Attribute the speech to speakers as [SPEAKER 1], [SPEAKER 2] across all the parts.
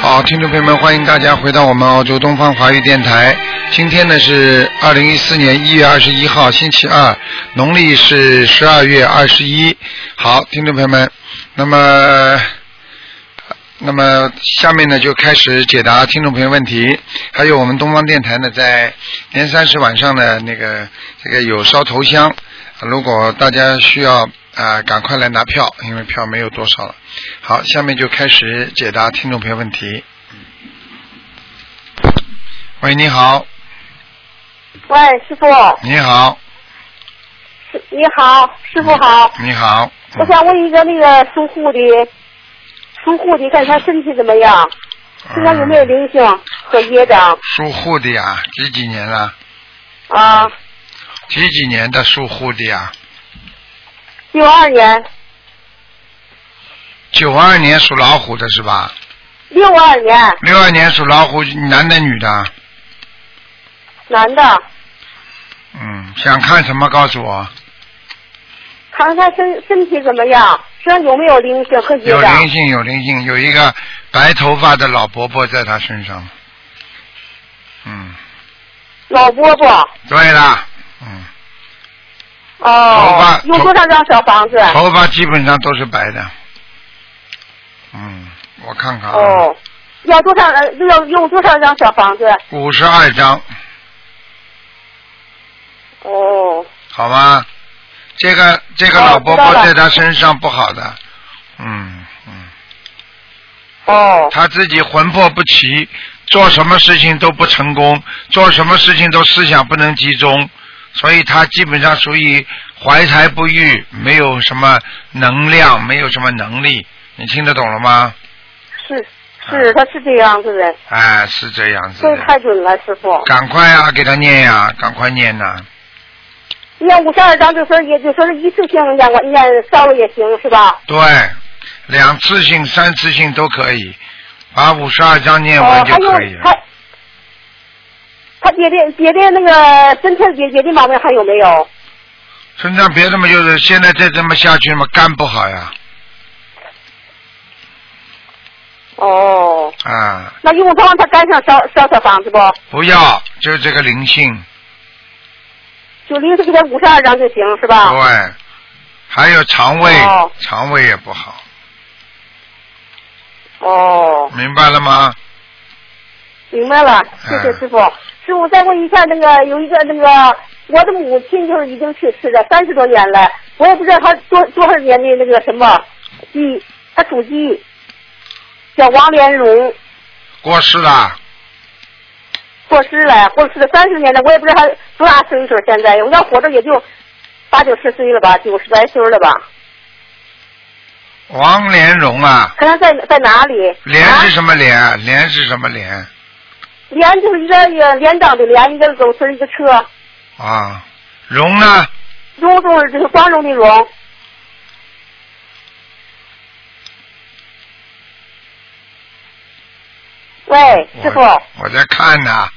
[SPEAKER 1] 好，听众朋友们，欢迎大家回到我们澳洲东方华语电台。今天呢是二零一四年一月二十一号，星期二，农历是十二月二十一。好，听众朋友们，那么。那么下面呢就开始解答听众朋友问题，还有我们东方电台呢在年三十晚上呢那个这个有烧头香，如果大家需要啊、呃赶快来拿票，因为票没有多少了。好，下面就开始解答听众朋友问题。喂，你好，
[SPEAKER 2] 喂，师傅，
[SPEAKER 1] 你好，
[SPEAKER 2] 师你好，师傅好，
[SPEAKER 1] 你好，
[SPEAKER 2] 我想问一个那个属虎的，属虎的看他身体怎么样，
[SPEAKER 1] 嗯
[SPEAKER 2] 身上有没有灵性和业障
[SPEAKER 1] 属虎的呀，几几年了？
[SPEAKER 2] 啊？
[SPEAKER 1] 几几年的属虎的呀？
[SPEAKER 2] 九二年，
[SPEAKER 1] 九二年属老虎的是吧？
[SPEAKER 2] 六二年，
[SPEAKER 1] 六二年属老虎，男的女的？
[SPEAKER 2] 男的，
[SPEAKER 1] 嗯，想看什么告诉我。
[SPEAKER 2] 看看他身身体怎么样，身上有没有灵性和业
[SPEAKER 1] 有
[SPEAKER 2] 障
[SPEAKER 1] 灵性，有灵性，有一个白头发的老伯伯在他身上。嗯，
[SPEAKER 2] 老伯伯，
[SPEAKER 1] 对了，嗯，头
[SPEAKER 2] 哦
[SPEAKER 1] 发，
[SPEAKER 2] 有多少张小房子？
[SPEAKER 1] 头发基本上都是白的。嗯，我看看啊，
[SPEAKER 2] 哦，要多少呃要用多少张小房子？
[SPEAKER 1] 五十二张，
[SPEAKER 2] 哦，
[SPEAKER 1] 好吗？这个这个
[SPEAKER 2] 哦
[SPEAKER 1] 老伯伯
[SPEAKER 2] 知道了
[SPEAKER 1] 在他身上不好的，嗯嗯，
[SPEAKER 2] 哦，
[SPEAKER 1] 他自己魂魄不齐，做什么事情都不成功，做什么事情都思想不能集中，所以他基本上属于怀才不遇，没有什么能量，没有什么能力。你听得懂了吗？
[SPEAKER 2] 是是，他是这样子的，
[SPEAKER 1] 哎，是这样子
[SPEAKER 2] 说的
[SPEAKER 1] 的。
[SPEAKER 2] 太准了，师傅。
[SPEAKER 1] 赶快啊，给他念呀、赶快念呐、
[SPEAKER 2] 念五十二章就说也就说是一次性念完念烧了也行是吧？
[SPEAKER 1] 对，两次性、三次性都可以，把五十二章念
[SPEAKER 2] 哦
[SPEAKER 1] 完，就
[SPEAKER 2] 还有
[SPEAKER 1] 可以了。
[SPEAKER 2] 他他别的别的那个身体别别的毛病还有没有？
[SPEAKER 1] 身上别这么就是，现在再这么下去嘛，肝不好呀，
[SPEAKER 2] 哦，
[SPEAKER 1] 啊，
[SPEAKER 2] 那用不着他肝上烧烧小房子不？
[SPEAKER 1] 不要，就是这个灵性。
[SPEAKER 2] 就临时给他五十二章就行是吧？
[SPEAKER 1] 对，还有肠胃，
[SPEAKER 2] 啊哦
[SPEAKER 1] 肠胃也不好，
[SPEAKER 2] 哦，
[SPEAKER 1] 明白了吗？
[SPEAKER 2] 明白了，谢谢师傅。师傅再问一下，那个有一个那个我的母亲就是已经去世了三十多年了，我也不知道她多多少年的那个什么鸡，她属鸡，叫王连荣，
[SPEAKER 1] 过世了，
[SPEAKER 2] 过世了，过世了三十年了，我也不知道她多大岁数，现在我要活着也就八九十岁了吧，九十来岁了吧，
[SPEAKER 1] 王连荣啊，
[SPEAKER 2] 看她在在哪里？
[SPEAKER 1] 连
[SPEAKER 2] 啊
[SPEAKER 1] 是什么连？连是什么连？
[SPEAKER 2] 连就是一个呃连长的连，一个走村一个车，
[SPEAKER 1] 啊，荣呢？
[SPEAKER 2] 荣就是这个光荣的荣，喂，师傅，
[SPEAKER 1] 我我在看呢、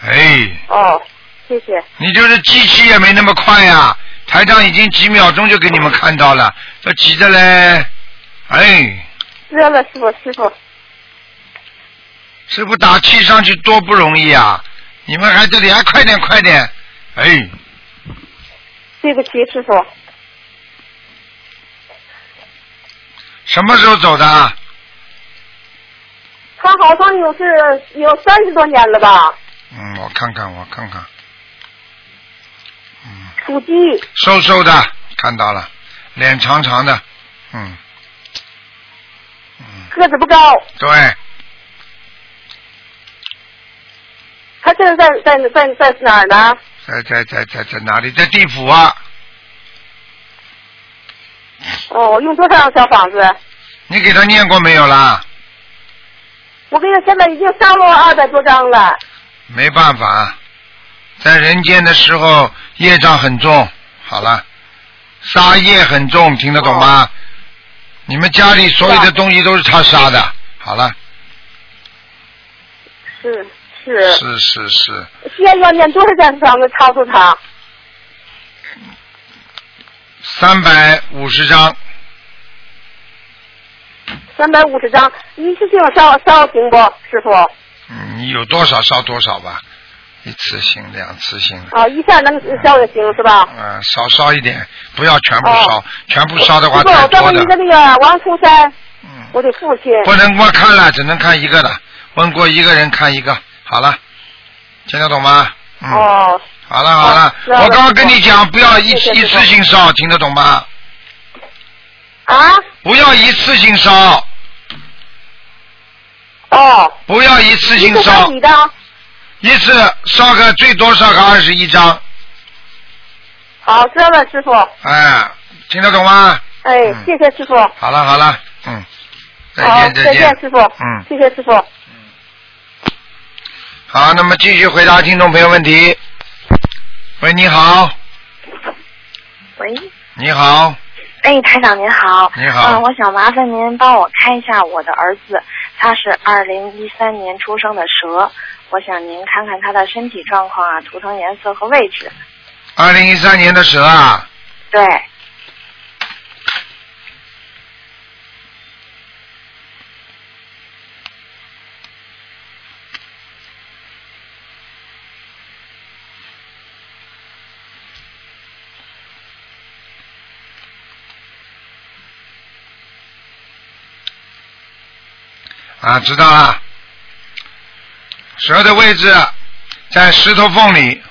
[SPEAKER 1] 哎，
[SPEAKER 2] 哦，谢谢，
[SPEAKER 1] 你就是机器也没那么快呀、台长已经几秒钟就给你们看到了，这急的嘞，哎，
[SPEAKER 2] 知道了，师傅，师傅，
[SPEAKER 1] 师傅打气上去多不容易啊！你们还这里还快点快点，哎，
[SPEAKER 2] 对不起，师傅，
[SPEAKER 1] 什么时候走的啊？
[SPEAKER 2] 他好像有是有三十多年了吧，
[SPEAKER 1] 嗯，我看看，我看看，嗯，
[SPEAKER 2] 属鸡，
[SPEAKER 1] 瘦瘦的，看到了，脸长长的，嗯，嗯，
[SPEAKER 2] 个子不高，
[SPEAKER 1] 对，
[SPEAKER 2] 他现在在在在在哪儿呢？
[SPEAKER 1] 在在在在在哪里？在地府啊！
[SPEAKER 2] 哦，用多少张小房子？
[SPEAKER 1] 你给他念过没有啦？
[SPEAKER 2] 我跟你说，现在已经上了二百多张了。
[SPEAKER 1] 没办法，在人间的时候业障很重。好了，杀业很重，听得懂吗？你们家里所有的
[SPEAKER 2] 是啊
[SPEAKER 1] 东西都是他杀的。好了，
[SPEAKER 2] 是是，
[SPEAKER 1] 是是是，
[SPEAKER 2] 需要要念多少张房子超度他？
[SPEAKER 1] 三百五十张。
[SPEAKER 2] 三百五十张，一次性烧烧行不，师傅？
[SPEAKER 1] 嗯，你有多少烧多少吧，一次性、两次性的。
[SPEAKER 2] 啊，一下能烧就行是吧？
[SPEAKER 1] 嗯，少烧一点，不要全部烧，
[SPEAKER 2] 哦
[SPEAKER 1] 全部烧的话
[SPEAKER 2] 师傅，
[SPEAKER 1] 太
[SPEAKER 2] 我再
[SPEAKER 1] 多
[SPEAKER 2] 问
[SPEAKER 1] 的
[SPEAKER 2] 一。个那个王初山，
[SPEAKER 1] 嗯，
[SPEAKER 2] 我的父亲。
[SPEAKER 1] 不能光看了，只能看一个的。问过一个人看一个，好了，听得懂吗？嗯，
[SPEAKER 2] 哦，
[SPEAKER 1] 好了好了
[SPEAKER 2] 好，知道了
[SPEAKER 1] 我刚刚跟你讲，不要一
[SPEAKER 2] 谢谢
[SPEAKER 1] 一
[SPEAKER 2] 师傅
[SPEAKER 1] 次性烧，听得懂吗？
[SPEAKER 2] 啊，
[SPEAKER 1] 不要一次性烧，
[SPEAKER 2] 哦，
[SPEAKER 1] 不要一次性
[SPEAKER 2] 烧
[SPEAKER 1] 烧
[SPEAKER 2] 几，张？
[SPEAKER 1] 一次烧个最多烧个二十一张，
[SPEAKER 2] 好，知道了，师傅。
[SPEAKER 1] 哎，听得懂吗？
[SPEAKER 2] 哎
[SPEAKER 1] 嗯，
[SPEAKER 2] 谢谢师傅。
[SPEAKER 1] 好了好了，嗯，再
[SPEAKER 2] 好，
[SPEAKER 1] 见
[SPEAKER 2] 再
[SPEAKER 1] 见
[SPEAKER 2] 见，，师傅。
[SPEAKER 1] 嗯
[SPEAKER 2] 谢谢师傅。
[SPEAKER 1] 好，那么继续回答听众朋友问题。喂，你好，
[SPEAKER 3] 喂，
[SPEAKER 1] 你好，
[SPEAKER 3] 哎，台长您好。
[SPEAKER 1] 你好
[SPEAKER 3] 嗯，我想麻烦您帮我看一下我的儿子，他是二零一三年出生的蛇，我想您看看他的身体状况啊，图腾颜色和位置。
[SPEAKER 1] 二零一三年的蛇啊，
[SPEAKER 3] 对，
[SPEAKER 1] 啊，知道了。蛇的位置在石头缝里，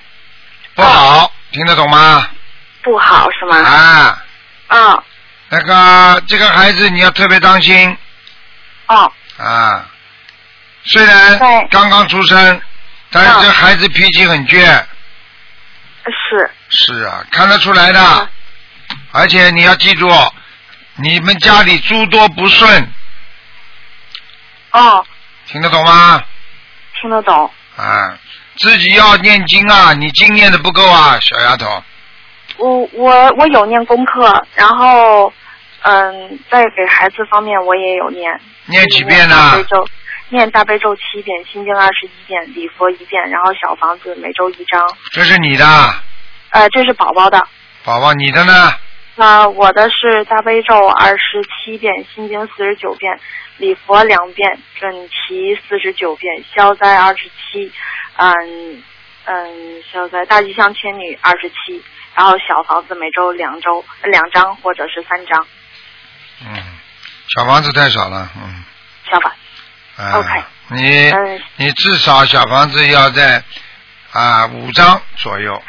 [SPEAKER 1] 不好，听得懂吗？
[SPEAKER 3] 不好是吗？
[SPEAKER 1] 啊，
[SPEAKER 3] 嗯，
[SPEAKER 1] 那个这个孩子你要特别当心
[SPEAKER 3] 哦，
[SPEAKER 1] 啊。虽然
[SPEAKER 3] 对
[SPEAKER 1] 刚刚出生，但是
[SPEAKER 3] 嗯
[SPEAKER 1] 这孩子脾气很倔，
[SPEAKER 3] 是，
[SPEAKER 1] 是啊，看得出来的。
[SPEAKER 3] 嗯
[SPEAKER 1] 而且你要记住，你们家里诸多不顺，
[SPEAKER 3] 哦，
[SPEAKER 1] 听得懂吗？
[SPEAKER 3] 听得懂。
[SPEAKER 1] 啊，自己要念经啊，你经念的不够啊，小丫头。
[SPEAKER 3] 我我我有念功课，然后嗯，在给孩子方面我也有念。
[SPEAKER 1] 念几遍呢
[SPEAKER 3] 大悲咒，念大悲咒七遍，心经二十一遍，礼佛一遍，然后小房子每周一张。
[SPEAKER 1] 这是你的，
[SPEAKER 3] 呃，这是宝宝的。
[SPEAKER 1] 宝宝，你的呢？
[SPEAKER 3] 那呃我的是大悲咒二十七遍，心经四十九遍，礼佛两遍，准提四十九遍，消灾二十七，嗯嗯，消灾大吉祥天女二十七，然后小房子每周两周呃两张或者是三张
[SPEAKER 1] 嗯，小房子太少了，嗯。
[SPEAKER 3] 小法。
[SPEAKER 1] 啊
[SPEAKER 3] OK
[SPEAKER 1] 你
[SPEAKER 3] 嗯，
[SPEAKER 1] 你至少小房子要在啊五张左右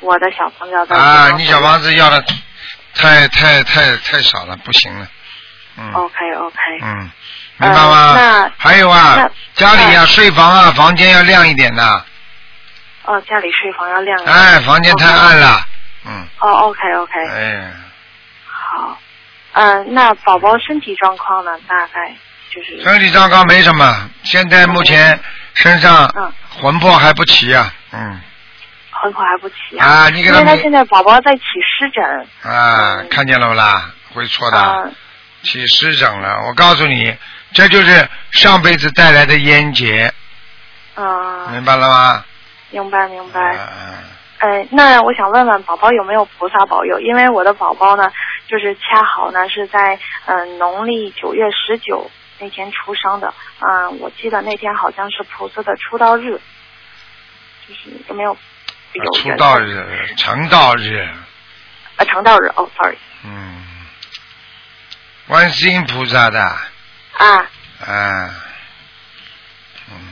[SPEAKER 3] 我的小房子要在
[SPEAKER 1] 啊，你小房子要的太太太太少了，不行了，嗯。
[SPEAKER 3] OK OK，
[SPEAKER 1] 嗯，明白吗？
[SPEAKER 3] 呃那
[SPEAKER 1] 还有啊
[SPEAKER 3] 那，呃
[SPEAKER 1] 家里啊，睡房啊，房间要亮一点的。
[SPEAKER 3] 哦，家里睡房要亮一点。
[SPEAKER 1] 哎，房间太
[SPEAKER 3] OK
[SPEAKER 1] 暗了。嗯，
[SPEAKER 3] 哦，OK OK，
[SPEAKER 1] 哎，
[SPEAKER 3] 好，嗯，那宝宝身体状况呢？大概就是
[SPEAKER 1] 身体状况没什么，现在目前身上
[SPEAKER 3] 嗯
[SPEAKER 1] 魂魄还不齐啊。嗯
[SPEAKER 3] 魂魄还不齐啊，
[SPEAKER 1] 啊，你给
[SPEAKER 3] 因为
[SPEAKER 1] 他
[SPEAKER 3] 他
[SPEAKER 1] 们
[SPEAKER 3] 现在宝宝在起湿疹，
[SPEAKER 1] 啊，看见了不啦？会错的，
[SPEAKER 3] 嗯
[SPEAKER 1] 起湿疹了。我告诉你，这就是上辈子带来的冤结，
[SPEAKER 3] 嗯，
[SPEAKER 1] 明白了吗？
[SPEAKER 3] 明白明
[SPEAKER 1] 嗯
[SPEAKER 3] 白。
[SPEAKER 1] 嗯
[SPEAKER 3] 哎，那我想问问宝宝有没有菩萨保佑？因为我的宝宝呢，就是恰好呢是在嗯、呃农历九月十九那天出生的，嗯、我记得那天好像是菩萨的出道日，就是有没有有
[SPEAKER 1] 呃出
[SPEAKER 3] 缘分
[SPEAKER 1] 道日，成道日。
[SPEAKER 3] 呃成道日哦，sorry
[SPEAKER 1] 嗯，观世音菩萨的
[SPEAKER 3] 啊，
[SPEAKER 1] 啊，嗯，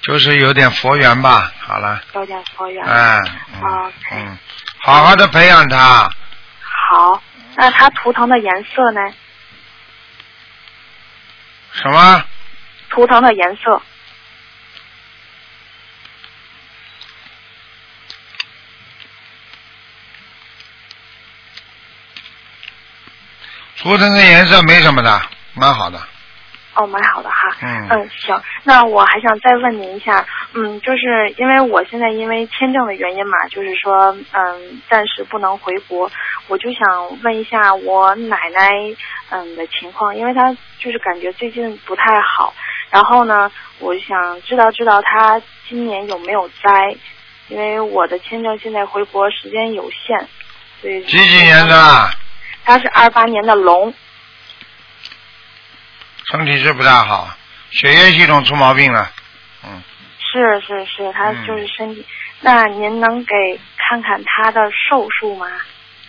[SPEAKER 1] 就是有点佛缘吧，好了，
[SPEAKER 3] 有点佛缘。
[SPEAKER 1] 啊，嗯
[SPEAKER 3] 哦，
[SPEAKER 1] 嗯，好好的培养他，
[SPEAKER 3] 好，那它图腾的颜色呢？
[SPEAKER 1] 什么？
[SPEAKER 3] 图腾的颜色
[SPEAKER 1] 图腾的颜色没什么的，蛮好的，
[SPEAKER 3] 哦，蛮好的哈。
[SPEAKER 1] 嗯
[SPEAKER 3] 嗯，行，那我还想再问您一下，嗯，就是因为我现在因为签证的原因嘛，就是说，嗯，暂时不能回国，我就想问一下我奶奶，嗯的情况，因为她就是感觉最近不太好，然后呢，我想知道知道她今年有没有灾，因为我的签证现在回国时间有限，所以
[SPEAKER 1] 几几年的？啊？
[SPEAKER 3] 她是二八年的龙，
[SPEAKER 1] 身体是不大好，血液系统出毛病了。嗯，
[SPEAKER 3] 是是是，他
[SPEAKER 1] 嗯
[SPEAKER 3] 就是身体。那您能给看看他的寿数吗？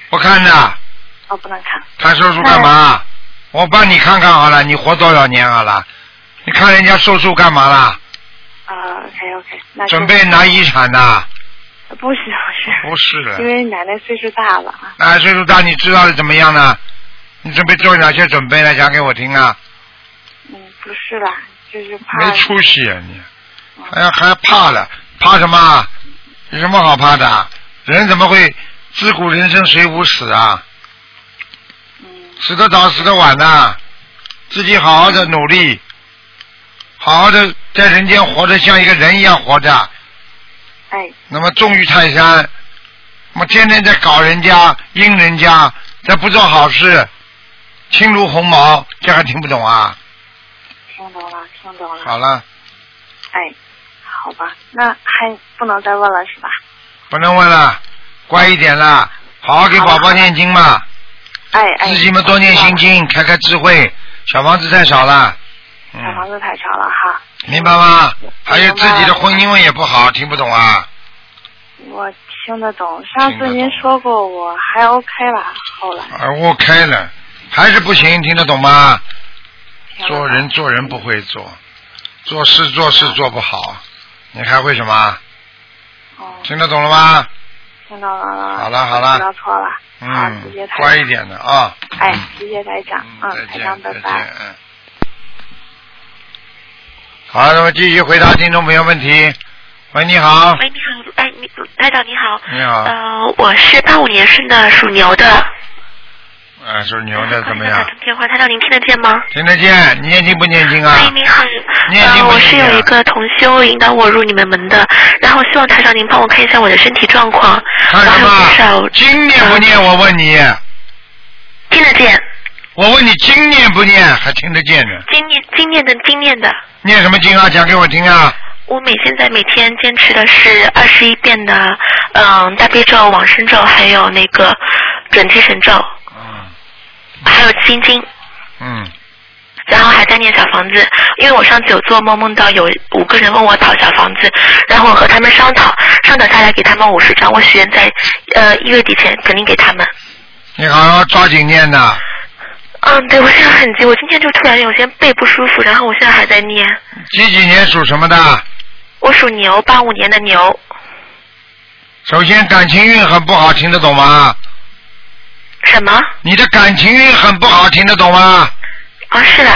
[SPEAKER 1] 不看的，
[SPEAKER 3] 哦，不能看。
[SPEAKER 1] 看手术干嘛？
[SPEAKER 3] 哎
[SPEAKER 1] 我帮你看看好了，你活多少年好了？你看人家手术干嘛啦？
[SPEAKER 3] 啊、o k OK，那就
[SPEAKER 1] 准备拿遗产呐？
[SPEAKER 3] 不是不
[SPEAKER 1] 不是
[SPEAKER 3] 哎是，因
[SPEAKER 1] 的，
[SPEAKER 3] 为奶奶岁数大了啊。
[SPEAKER 1] 那岁数大，你知道的怎么样呢？你准备做哪些准备呢？讲给我听啊！
[SPEAKER 3] 嗯，不是啦，就是怕
[SPEAKER 1] 没出息啊你，还要还怕了？怕什么啊？有什么好怕的啊？人怎么会自古人生谁无死啊？
[SPEAKER 3] 嗯
[SPEAKER 1] 死得早，死得晚呐、自己好好的努力，好好的在人间活着，像一个人一样活着。
[SPEAKER 3] 哎
[SPEAKER 1] 那么重于泰山，那么天天在搞人家、阴人家，在不做好事，轻如鸿毛，这还听不懂啊？
[SPEAKER 3] 听懂了听懂了
[SPEAKER 1] 好了，
[SPEAKER 3] 哎好吧那还不能再问了是吧
[SPEAKER 1] 不能问了，乖一点啦，好好给宝宝念经嘛，
[SPEAKER 3] 哎哎
[SPEAKER 1] 自己嘛多念心经，开开智慧，小房子太少了，嗯，
[SPEAKER 3] 小房子太少了哈
[SPEAKER 1] 明白吗？还有
[SPEAKER 3] 明
[SPEAKER 1] 自
[SPEAKER 3] 白
[SPEAKER 1] 己的婚姻也不好，听不懂啊？
[SPEAKER 3] 我听得懂上
[SPEAKER 1] 听
[SPEAKER 3] 次
[SPEAKER 1] 得懂
[SPEAKER 3] 您说过我还 OK 吧后来
[SPEAKER 1] 耳窝开了，还是不行，听得懂吗？
[SPEAKER 3] 听得懂
[SPEAKER 1] 做人做人不会做，做事做事做不好，你还会什么？
[SPEAKER 3] 哦
[SPEAKER 1] 听得懂了吗？
[SPEAKER 3] 听懂了
[SPEAKER 1] 好了好了
[SPEAKER 3] 知道错了好
[SPEAKER 1] 嗯
[SPEAKER 3] 直接，台
[SPEAKER 1] 乖一点的啊。
[SPEAKER 3] 哎直接台长
[SPEAKER 1] 嗯，
[SPEAKER 3] 嗯
[SPEAKER 1] 再
[SPEAKER 3] 台长
[SPEAKER 1] 见，
[SPEAKER 3] 拜
[SPEAKER 1] 再见，
[SPEAKER 3] 拜
[SPEAKER 1] 嗯。好，那么继续回答听众朋友问题。喂，你好，
[SPEAKER 4] 喂，你好，哎，你台长你好，
[SPEAKER 1] 你好，
[SPEAKER 4] 呃，我是八五年生的，属牛的。
[SPEAKER 1] 哎，属牛的怎么
[SPEAKER 4] 打
[SPEAKER 1] 样？
[SPEAKER 4] 通电话，台长您听得见吗？
[SPEAKER 1] 听得见？你念经不念经啊？
[SPEAKER 4] 哎，你好，
[SPEAKER 1] 念
[SPEAKER 4] 呃，
[SPEAKER 1] 经不
[SPEAKER 4] 我是
[SPEAKER 1] 念经
[SPEAKER 4] 有
[SPEAKER 1] 啊
[SPEAKER 4] 一个同修引导我入你们门的，然后希望台长您帮我看一下我的身体状况，
[SPEAKER 1] 看
[SPEAKER 4] 然
[SPEAKER 1] 什
[SPEAKER 4] 后多
[SPEAKER 1] 么
[SPEAKER 4] 少？
[SPEAKER 1] 经念不念？我问你，
[SPEAKER 4] 听得见，
[SPEAKER 1] 我问你经念不念？还听得见呢？
[SPEAKER 4] 今念今念的今念的，
[SPEAKER 1] 念什么经啊？讲给我听啊！
[SPEAKER 4] 我每现在每天坚持的是二十一遍的，嗯，大悲咒、往生咒，还有那个准提神咒，
[SPEAKER 1] 嗯
[SPEAKER 4] 还有心经。
[SPEAKER 1] 嗯，
[SPEAKER 4] 然后还在念小房子，因为我上次有做梦，梦到有五个人问我讨小房子，然后我和他们商讨，商讨下来给他们五十张，我许愿在呃一月底前肯定给他们。
[SPEAKER 1] 你好好抓紧念呐！
[SPEAKER 4] 嗯，对，我现在很急，我今天就突然有些背不舒服，然后我现在还在念。
[SPEAKER 1] 几几年属什么的？
[SPEAKER 4] 我属牛，八五年的牛，
[SPEAKER 1] 首先感情运很不好，听得懂吗？
[SPEAKER 4] 什么？
[SPEAKER 1] 你的感情运很不好，听得懂吗？
[SPEAKER 4] 啊，是的，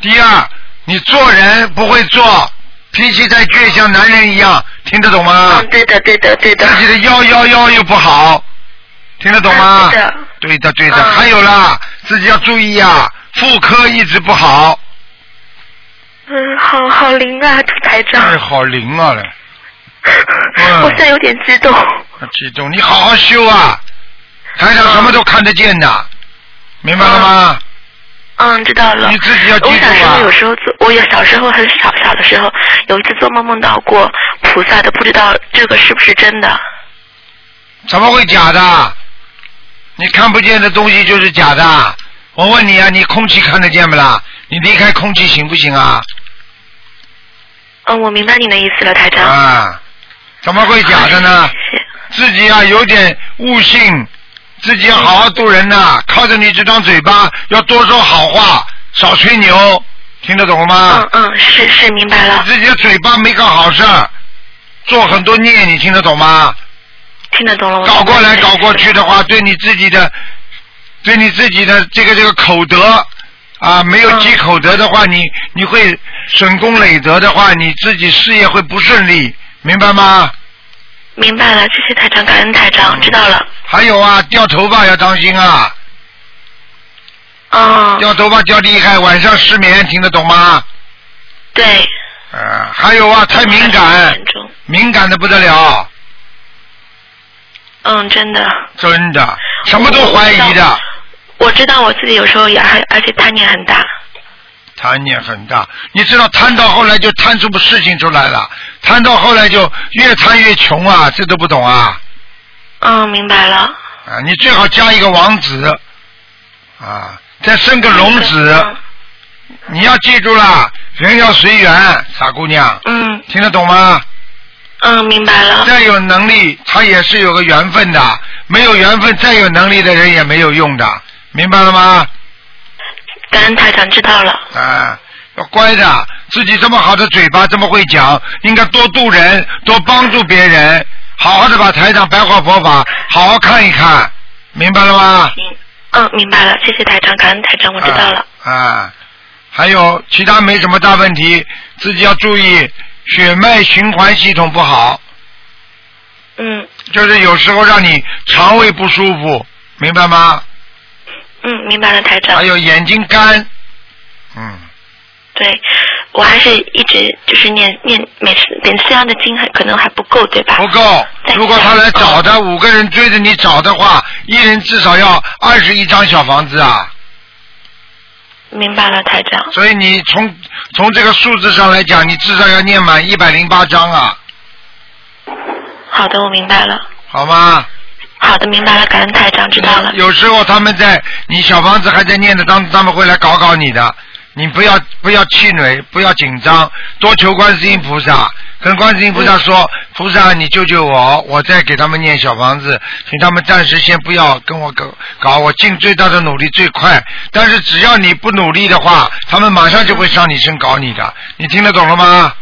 [SPEAKER 1] 第二，你做人不会做，脾气太倔，像男人一样，听得懂吗
[SPEAKER 4] 嗯，？对的，对的，对的，
[SPEAKER 1] 自己的腰腰腰又不好，听得懂吗？
[SPEAKER 4] 嗯对的，
[SPEAKER 1] 对的，对的。
[SPEAKER 4] 嗯
[SPEAKER 1] 还有啦，自己要注意啊，妇科一直不好。
[SPEAKER 4] 嗯，好好灵啊，土台长，
[SPEAKER 1] 哎，好灵啊嘞！ 啊
[SPEAKER 4] 我现在有点激动。
[SPEAKER 1] 激动，你好好修啊！台上什么都看得见的，明白了吗？
[SPEAKER 4] 嗯，知道了。
[SPEAKER 1] 你自己要记住啊
[SPEAKER 4] 我小时候有时候做，我有小时候很小小的时候，有一次做梦梦到过菩萨的，不知道这个是不是真的。
[SPEAKER 1] 怎么会假的？你看不见的东西就是假的。我问你啊，你空气看得见不啦？你离开空气行不行啊？
[SPEAKER 4] 嗯，我明白你的意思了，台长。哎
[SPEAKER 1] 啊，怎么会假的呢？
[SPEAKER 4] 谢谢。
[SPEAKER 1] 自己啊有点悟性，自己要好好度人呐、靠着你这张嘴巴要多说好话，少吹牛，听得懂了吗？
[SPEAKER 4] 嗯嗯，是是明白了
[SPEAKER 1] 你，自己的嘴巴没干好事儿，做很多孽，你听得懂吗？
[SPEAKER 4] 听得懂了。我明白
[SPEAKER 1] 搞过来
[SPEAKER 4] 你的意
[SPEAKER 1] 搞
[SPEAKER 4] 思
[SPEAKER 1] 过去的话，对你自己的，对你自己的这个这个口德啊，没有
[SPEAKER 4] 嗯
[SPEAKER 1] 积口德的话，你你会损功累德的话，你自己事业会不顺利，明白吗？
[SPEAKER 4] 明白了，谢谢台长，感恩台长，
[SPEAKER 1] 嗯
[SPEAKER 4] 知道了。
[SPEAKER 1] 还有啊，掉头发要当心啊，
[SPEAKER 4] 嗯，
[SPEAKER 1] 掉头发掉厉害，晚上失眠，听得懂吗？
[SPEAKER 4] 对。
[SPEAKER 1] 啊，还有啊，太敏感，
[SPEAKER 4] 严重。
[SPEAKER 1] 敏感的不得了，
[SPEAKER 4] 嗯，真的。
[SPEAKER 1] 真的，什么都怀疑的。
[SPEAKER 4] 我知道我自己有时候也还，而且贪念很大。
[SPEAKER 1] 贪念很大，你知道贪到后来就贪出事情出来了，贪到后来就越贪越穷啊，这都不懂啊
[SPEAKER 4] 嗯，明白了。
[SPEAKER 1] 啊！你最好加一个王子啊，再生个龙
[SPEAKER 4] 嗯
[SPEAKER 1] 子，你要记住了，人要随缘，傻姑娘，
[SPEAKER 4] 嗯
[SPEAKER 1] 听得懂吗？
[SPEAKER 4] 嗯，明白了。
[SPEAKER 1] 再有能力，他也是有个缘分的，没有缘分，再有能力的人也没有用的，明白了吗？
[SPEAKER 4] 感恩台长知道了。
[SPEAKER 1] 啊，要乖的，自己这么好的嘴巴，这么会讲，应该多度人，多帮助别人，好好的把台长白话佛法好好看一看，明白了吗？
[SPEAKER 4] 嗯嗯，明白了，谢谢台长，感恩台长，我知道了。
[SPEAKER 1] 啊。啊，还有其他没什么大问题，自己要注意血脉循环系统不好，
[SPEAKER 4] 嗯
[SPEAKER 1] 就是有时候让你肠胃不舒服，明白吗？
[SPEAKER 4] 嗯，明白了，台长
[SPEAKER 1] 还。有眼睛干，嗯，
[SPEAKER 4] 对，我还是一直就是念念，每次每次这样的经还可能还不够，对吧？
[SPEAKER 1] 不够
[SPEAKER 4] 再。
[SPEAKER 1] 如果他来找的五个人追着你找的话，一人至少要二十一张小房子啊。
[SPEAKER 4] 明白了，台长。
[SPEAKER 1] 所以你从从这个数字上来讲，你至少要念满一百零八张啊，
[SPEAKER 4] 好的，我明白了。
[SPEAKER 1] 好吗？
[SPEAKER 4] 好的，明白了，感恩台长，知道了。
[SPEAKER 1] 有时候他们在你小房子还在念的当中，他们会来搞搞你的。你不要不要气馁，不要紧张，多求观世音菩萨，跟观世音菩萨说：“菩萨，你救救我，我再给他们念小房子，请他们暂时先不要跟我搞搞，我尽最大的努力最快。但是只要你不努力的话，他们马上就会上你身搞你的。你听得懂了吗？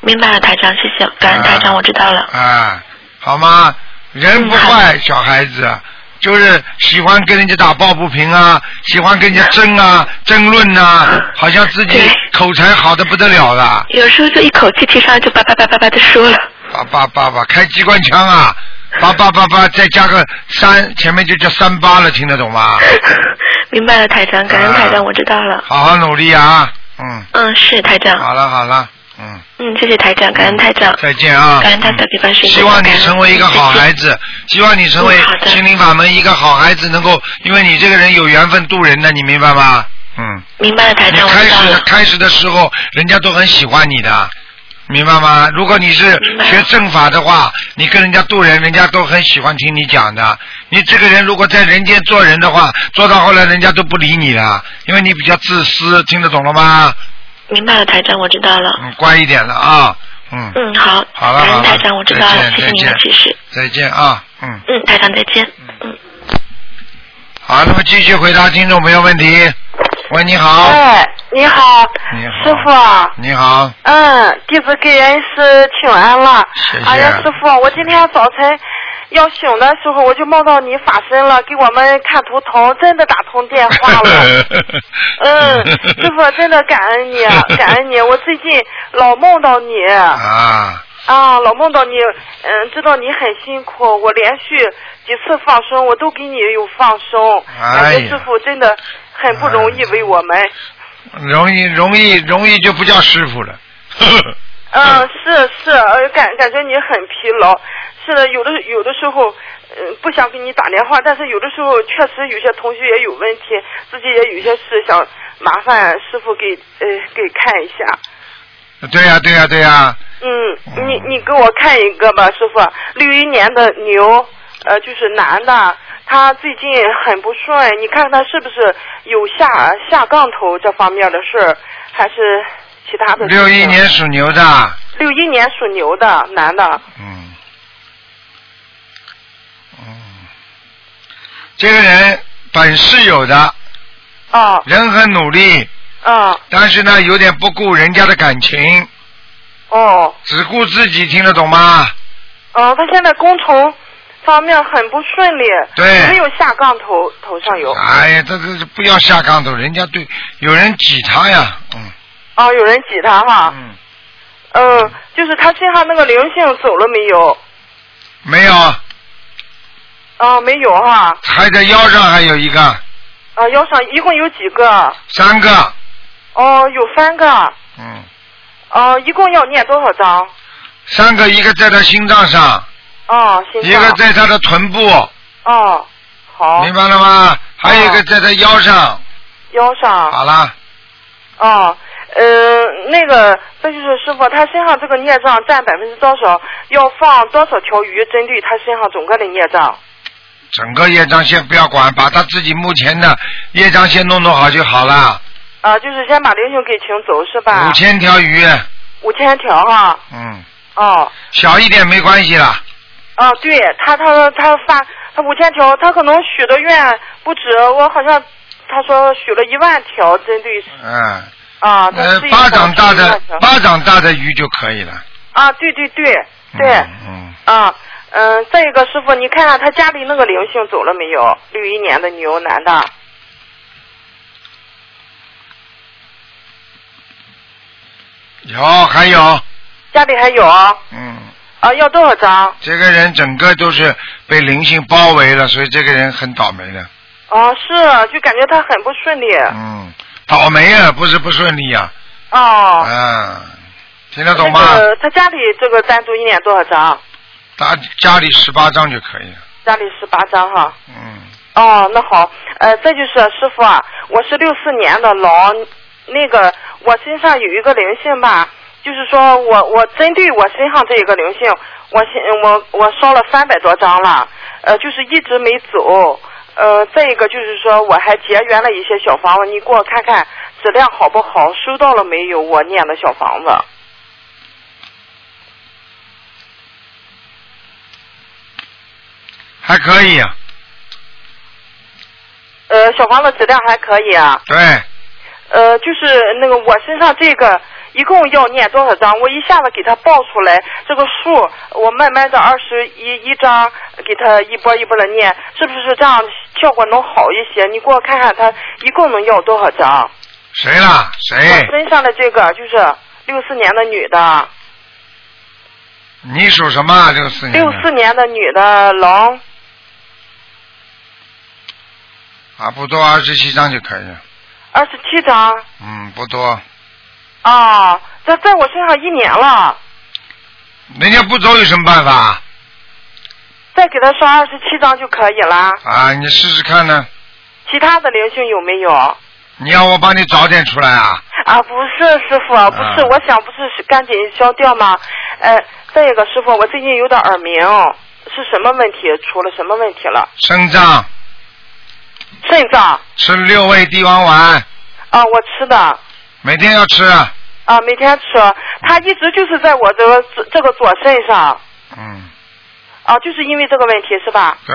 [SPEAKER 4] 明白了，台长，谢谢，感恩台长，
[SPEAKER 1] 啊
[SPEAKER 4] 我知道了。
[SPEAKER 1] 啊，好吗？人不坏，小孩子就是喜欢跟人家打抱不平啊，喜欢跟人家争啊、争论呐、好像自己
[SPEAKER 4] 对
[SPEAKER 1] 口才好的不得了了，
[SPEAKER 4] 有时候就一口气提上来就叭叭叭叭叭的说了。
[SPEAKER 1] 叭叭叭叭开机关枪啊，叭叭叭叭再加个三，前面就叫三八了，听得懂吗？
[SPEAKER 4] 明白了，台长，感恩
[SPEAKER 1] 啊
[SPEAKER 4] 台长，我知道了。
[SPEAKER 1] 好好努力啊，嗯，
[SPEAKER 4] 嗯，是台长。
[SPEAKER 1] 好了好了，嗯，
[SPEAKER 4] 嗯，谢谢台长，感恩台长。
[SPEAKER 1] 再见啊。
[SPEAKER 4] 感恩大慈悲观世音菩萨
[SPEAKER 1] 希望你成为一个好孩子，希望你成为
[SPEAKER 4] 嗯好的
[SPEAKER 1] 心灵法门一个好孩子，能够因为你这个人有缘分渡人的，你明白吗？嗯，
[SPEAKER 4] 明白了，台
[SPEAKER 1] 你
[SPEAKER 4] 长，我
[SPEAKER 1] 开
[SPEAKER 4] 知道
[SPEAKER 1] 始的
[SPEAKER 4] 了。
[SPEAKER 1] 开始的时候，人家都很喜欢你的，明白吗？如果你是
[SPEAKER 4] 明白
[SPEAKER 1] 学正法的话，你跟人家渡人，人家都很喜欢听你讲的。你这个人如果在人间做人的话，做到后来人家都不理你了，因为你比较自私，听得懂了吗？
[SPEAKER 4] 明白了，台长，我知道了。
[SPEAKER 1] 嗯，乖一点了啊，嗯，
[SPEAKER 4] 嗯，好。
[SPEAKER 1] 好了
[SPEAKER 4] 感
[SPEAKER 1] 好
[SPEAKER 4] 恩
[SPEAKER 1] 了
[SPEAKER 4] 台长，我知道
[SPEAKER 1] 再
[SPEAKER 4] 了，
[SPEAKER 1] 见
[SPEAKER 4] 谢谢您
[SPEAKER 1] 再
[SPEAKER 4] 的
[SPEAKER 1] 见
[SPEAKER 4] 指示。
[SPEAKER 1] 再见啊，嗯。
[SPEAKER 4] 嗯，台长再见。嗯，
[SPEAKER 1] 好，那么继续回答听众朋友问题。喂，你好，
[SPEAKER 5] 哎，你好，
[SPEAKER 1] 你好
[SPEAKER 5] 师傅。
[SPEAKER 1] 你 好，
[SPEAKER 5] 嗯，弟子给人是请安了。
[SPEAKER 1] 谢谢
[SPEAKER 5] 哎呀，师傅，我今天早晨要醒的时候，我就梦到你法身了，给我们看图腾，真的打通电话了。 嗯，师傅真的感恩你，啊感恩你，我最近老梦到你
[SPEAKER 1] 啊，
[SPEAKER 5] 啊，老梦到你，嗯，知道你很辛苦，我连续几次放生，我都给你有放生，
[SPEAKER 1] 哎
[SPEAKER 5] 感
[SPEAKER 1] 呀
[SPEAKER 5] 觉师傅真的很不容易为我们。
[SPEAKER 1] 容易容易容易就不叫师傅 了。
[SPEAKER 5] 嗯，是是，呃感感觉你很疲劳。是的，有的有的时候，嗯、不想给你打电话，但是有的时候确实有些同学也有问题，自己也有些事想麻烦师傅给呃给看一下。
[SPEAKER 1] 对呀、对呀、对呀、
[SPEAKER 5] 嗯，你你给我看一个吧，师傅。六一年的牛，呃，就是男的，他最近很不顺，你看看他是不是有下下杠头这方面的事儿，还是其他的事情？
[SPEAKER 1] 六一年属牛的，
[SPEAKER 5] 六一年属牛的男的。
[SPEAKER 1] 嗯，嗯，这个人本事有的，
[SPEAKER 5] 哦，
[SPEAKER 1] 人很努力，
[SPEAKER 5] 嗯，
[SPEAKER 1] 但是呢有点不顾人家的感情，
[SPEAKER 5] 哦，
[SPEAKER 1] 只顾自己，听得懂吗？
[SPEAKER 5] 嗯，他现在工程方面很不顺利，
[SPEAKER 1] 对
[SPEAKER 5] 没有下杠头，头上有。
[SPEAKER 1] 哎呀，这个不要下杠头，人家对有人挤他呀，嗯
[SPEAKER 5] 哦，有人挤他哈。
[SPEAKER 1] 嗯，
[SPEAKER 5] 嗯，就是他身上那个灵性走了没有？
[SPEAKER 1] 没有，
[SPEAKER 5] 哦，没有哈。
[SPEAKER 1] 还在腰上还有一个，
[SPEAKER 5] 啊，腰上一共有几个？
[SPEAKER 1] 三个，
[SPEAKER 5] 哦，有三个。
[SPEAKER 1] 嗯，
[SPEAKER 5] 哦，一共要念多少章？
[SPEAKER 1] 三个，一个在他心脏上，
[SPEAKER 5] 哦，心
[SPEAKER 1] 一
[SPEAKER 5] 脏。
[SPEAKER 1] 个在他的臀部，
[SPEAKER 5] 哦，好。
[SPEAKER 1] 明白了吗？还有一个在他腰上，
[SPEAKER 5] 腰上。
[SPEAKER 1] 好啦，
[SPEAKER 5] 哦，呃，那个，那就是师傅，他身上这个孽障占百分之多少？要放多少条鱼针对他身上整个的孽障？
[SPEAKER 1] 整个业障先不要管，把他自己目前的业障先弄弄好就好了。
[SPEAKER 5] 啊，就是先把灵性给请走是吧？
[SPEAKER 1] 五千条鱼，
[SPEAKER 5] 五千条哈。
[SPEAKER 1] 嗯，
[SPEAKER 5] 哦，
[SPEAKER 1] 小一点没关系啦。
[SPEAKER 5] 啊，对他，他他发他五千条，他可能许的愿不止，我好像他说许了一万条，针对
[SPEAKER 1] 嗯，
[SPEAKER 5] 啊，他
[SPEAKER 1] 呃
[SPEAKER 5] 是，一
[SPEAKER 1] 巴
[SPEAKER 5] 共
[SPEAKER 1] 掌大
[SPEAKER 5] 是一
[SPEAKER 1] 的
[SPEAKER 5] 万条
[SPEAKER 1] 巴掌大的鱼就可以了。
[SPEAKER 5] 啊，对对对对，
[SPEAKER 1] 嗯
[SPEAKER 5] 啊，嗯，再一个师傅，你看看他家里那个灵性走了没有？六一年的牛男的，
[SPEAKER 1] 嗯，有还有，
[SPEAKER 5] 家里还有啊？
[SPEAKER 1] 嗯，
[SPEAKER 5] 啊，要多少张？
[SPEAKER 1] 这个人整个都是被灵性包围了，所以这个人很倒霉的。
[SPEAKER 5] 啊，是，就感觉他很不顺利。
[SPEAKER 1] 嗯，倒霉啊，不是不顺利啊。
[SPEAKER 5] 哦，
[SPEAKER 1] 啊，听得
[SPEAKER 5] 那
[SPEAKER 1] 懂吗？
[SPEAKER 5] 个他家里这个单独一年多少张？
[SPEAKER 1] 打家里十八张就可以了。
[SPEAKER 5] 家里十八张哈。
[SPEAKER 1] 嗯，
[SPEAKER 5] 哦，那好，呃，再就是师傅啊，我是六四年的龙，那个我身上有一个灵性吧，就是说我我针对我身上这一个灵性，我现我我烧了三百多张了，呃，就是一直没走，呃，再一个就是说我还结缘了一些小房子，你给我看看质量好不好，收到了没有？我念的小房子，
[SPEAKER 1] 还可以、啊。
[SPEAKER 5] 呃，小房子质量还可以啊，
[SPEAKER 1] 对，
[SPEAKER 5] 呃，就是那个我身上这个一共要念多少张？我一下子给他报出来这个数，我慢慢的二十一一张给他一波一波的念，是不是这样效果能好一些？你给我看看他一共能要多少张？
[SPEAKER 1] 谁啦？谁
[SPEAKER 5] 我？身上的这个就是六四年的女的，
[SPEAKER 1] 你属什么啊？六四年
[SPEAKER 5] 六
[SPEAKER 1] 的。
[SPEAKER 5] 四年的女的龙
[SPEAKER 1] 啊，不多，二十七张就可以了。
[SPEAKER 5] 二十七张
[SPEAKER 1] 嗯，不多。
[SPEAKER 5] 啊，这在我身上一年了，
[SPEAKER 1] 人家不走有什么办法
[SPEAKER 5] 再给他刷二十七张就可以啦。
[SPEAKER 1] 啊？你试试看呢。
[SPEAKER 5] 其他的灵性有没有？
[SPEAKER 1] 你要我帮你早点出来啊？
[SPEAKER 5] 啊，不是师傅，不是，
[SPEAKER 1] 啊
[SPEAKER 5] 我想不是赶紧消掉吗？呃，再一个师傅，我最近有点耳鸣，是什么问题？出了什么问题了？
[SPEAKER 1] 肾脏
[SPEAKER 5] 肾脏
[SPEAKER 1] 吃六味地黄丸，
[SPEAKER 5] 啊，我吃的
[SPEAKER 1] 每天要吃。
[SPEAKER 5] 啊，每天吃，它一直就是在我这个左这个左肾上
[SPEAKER 1] 嗯，
[SPEAKER 5] 啊，就是因为这个问题是吧？
[SPEAKER 1] 对，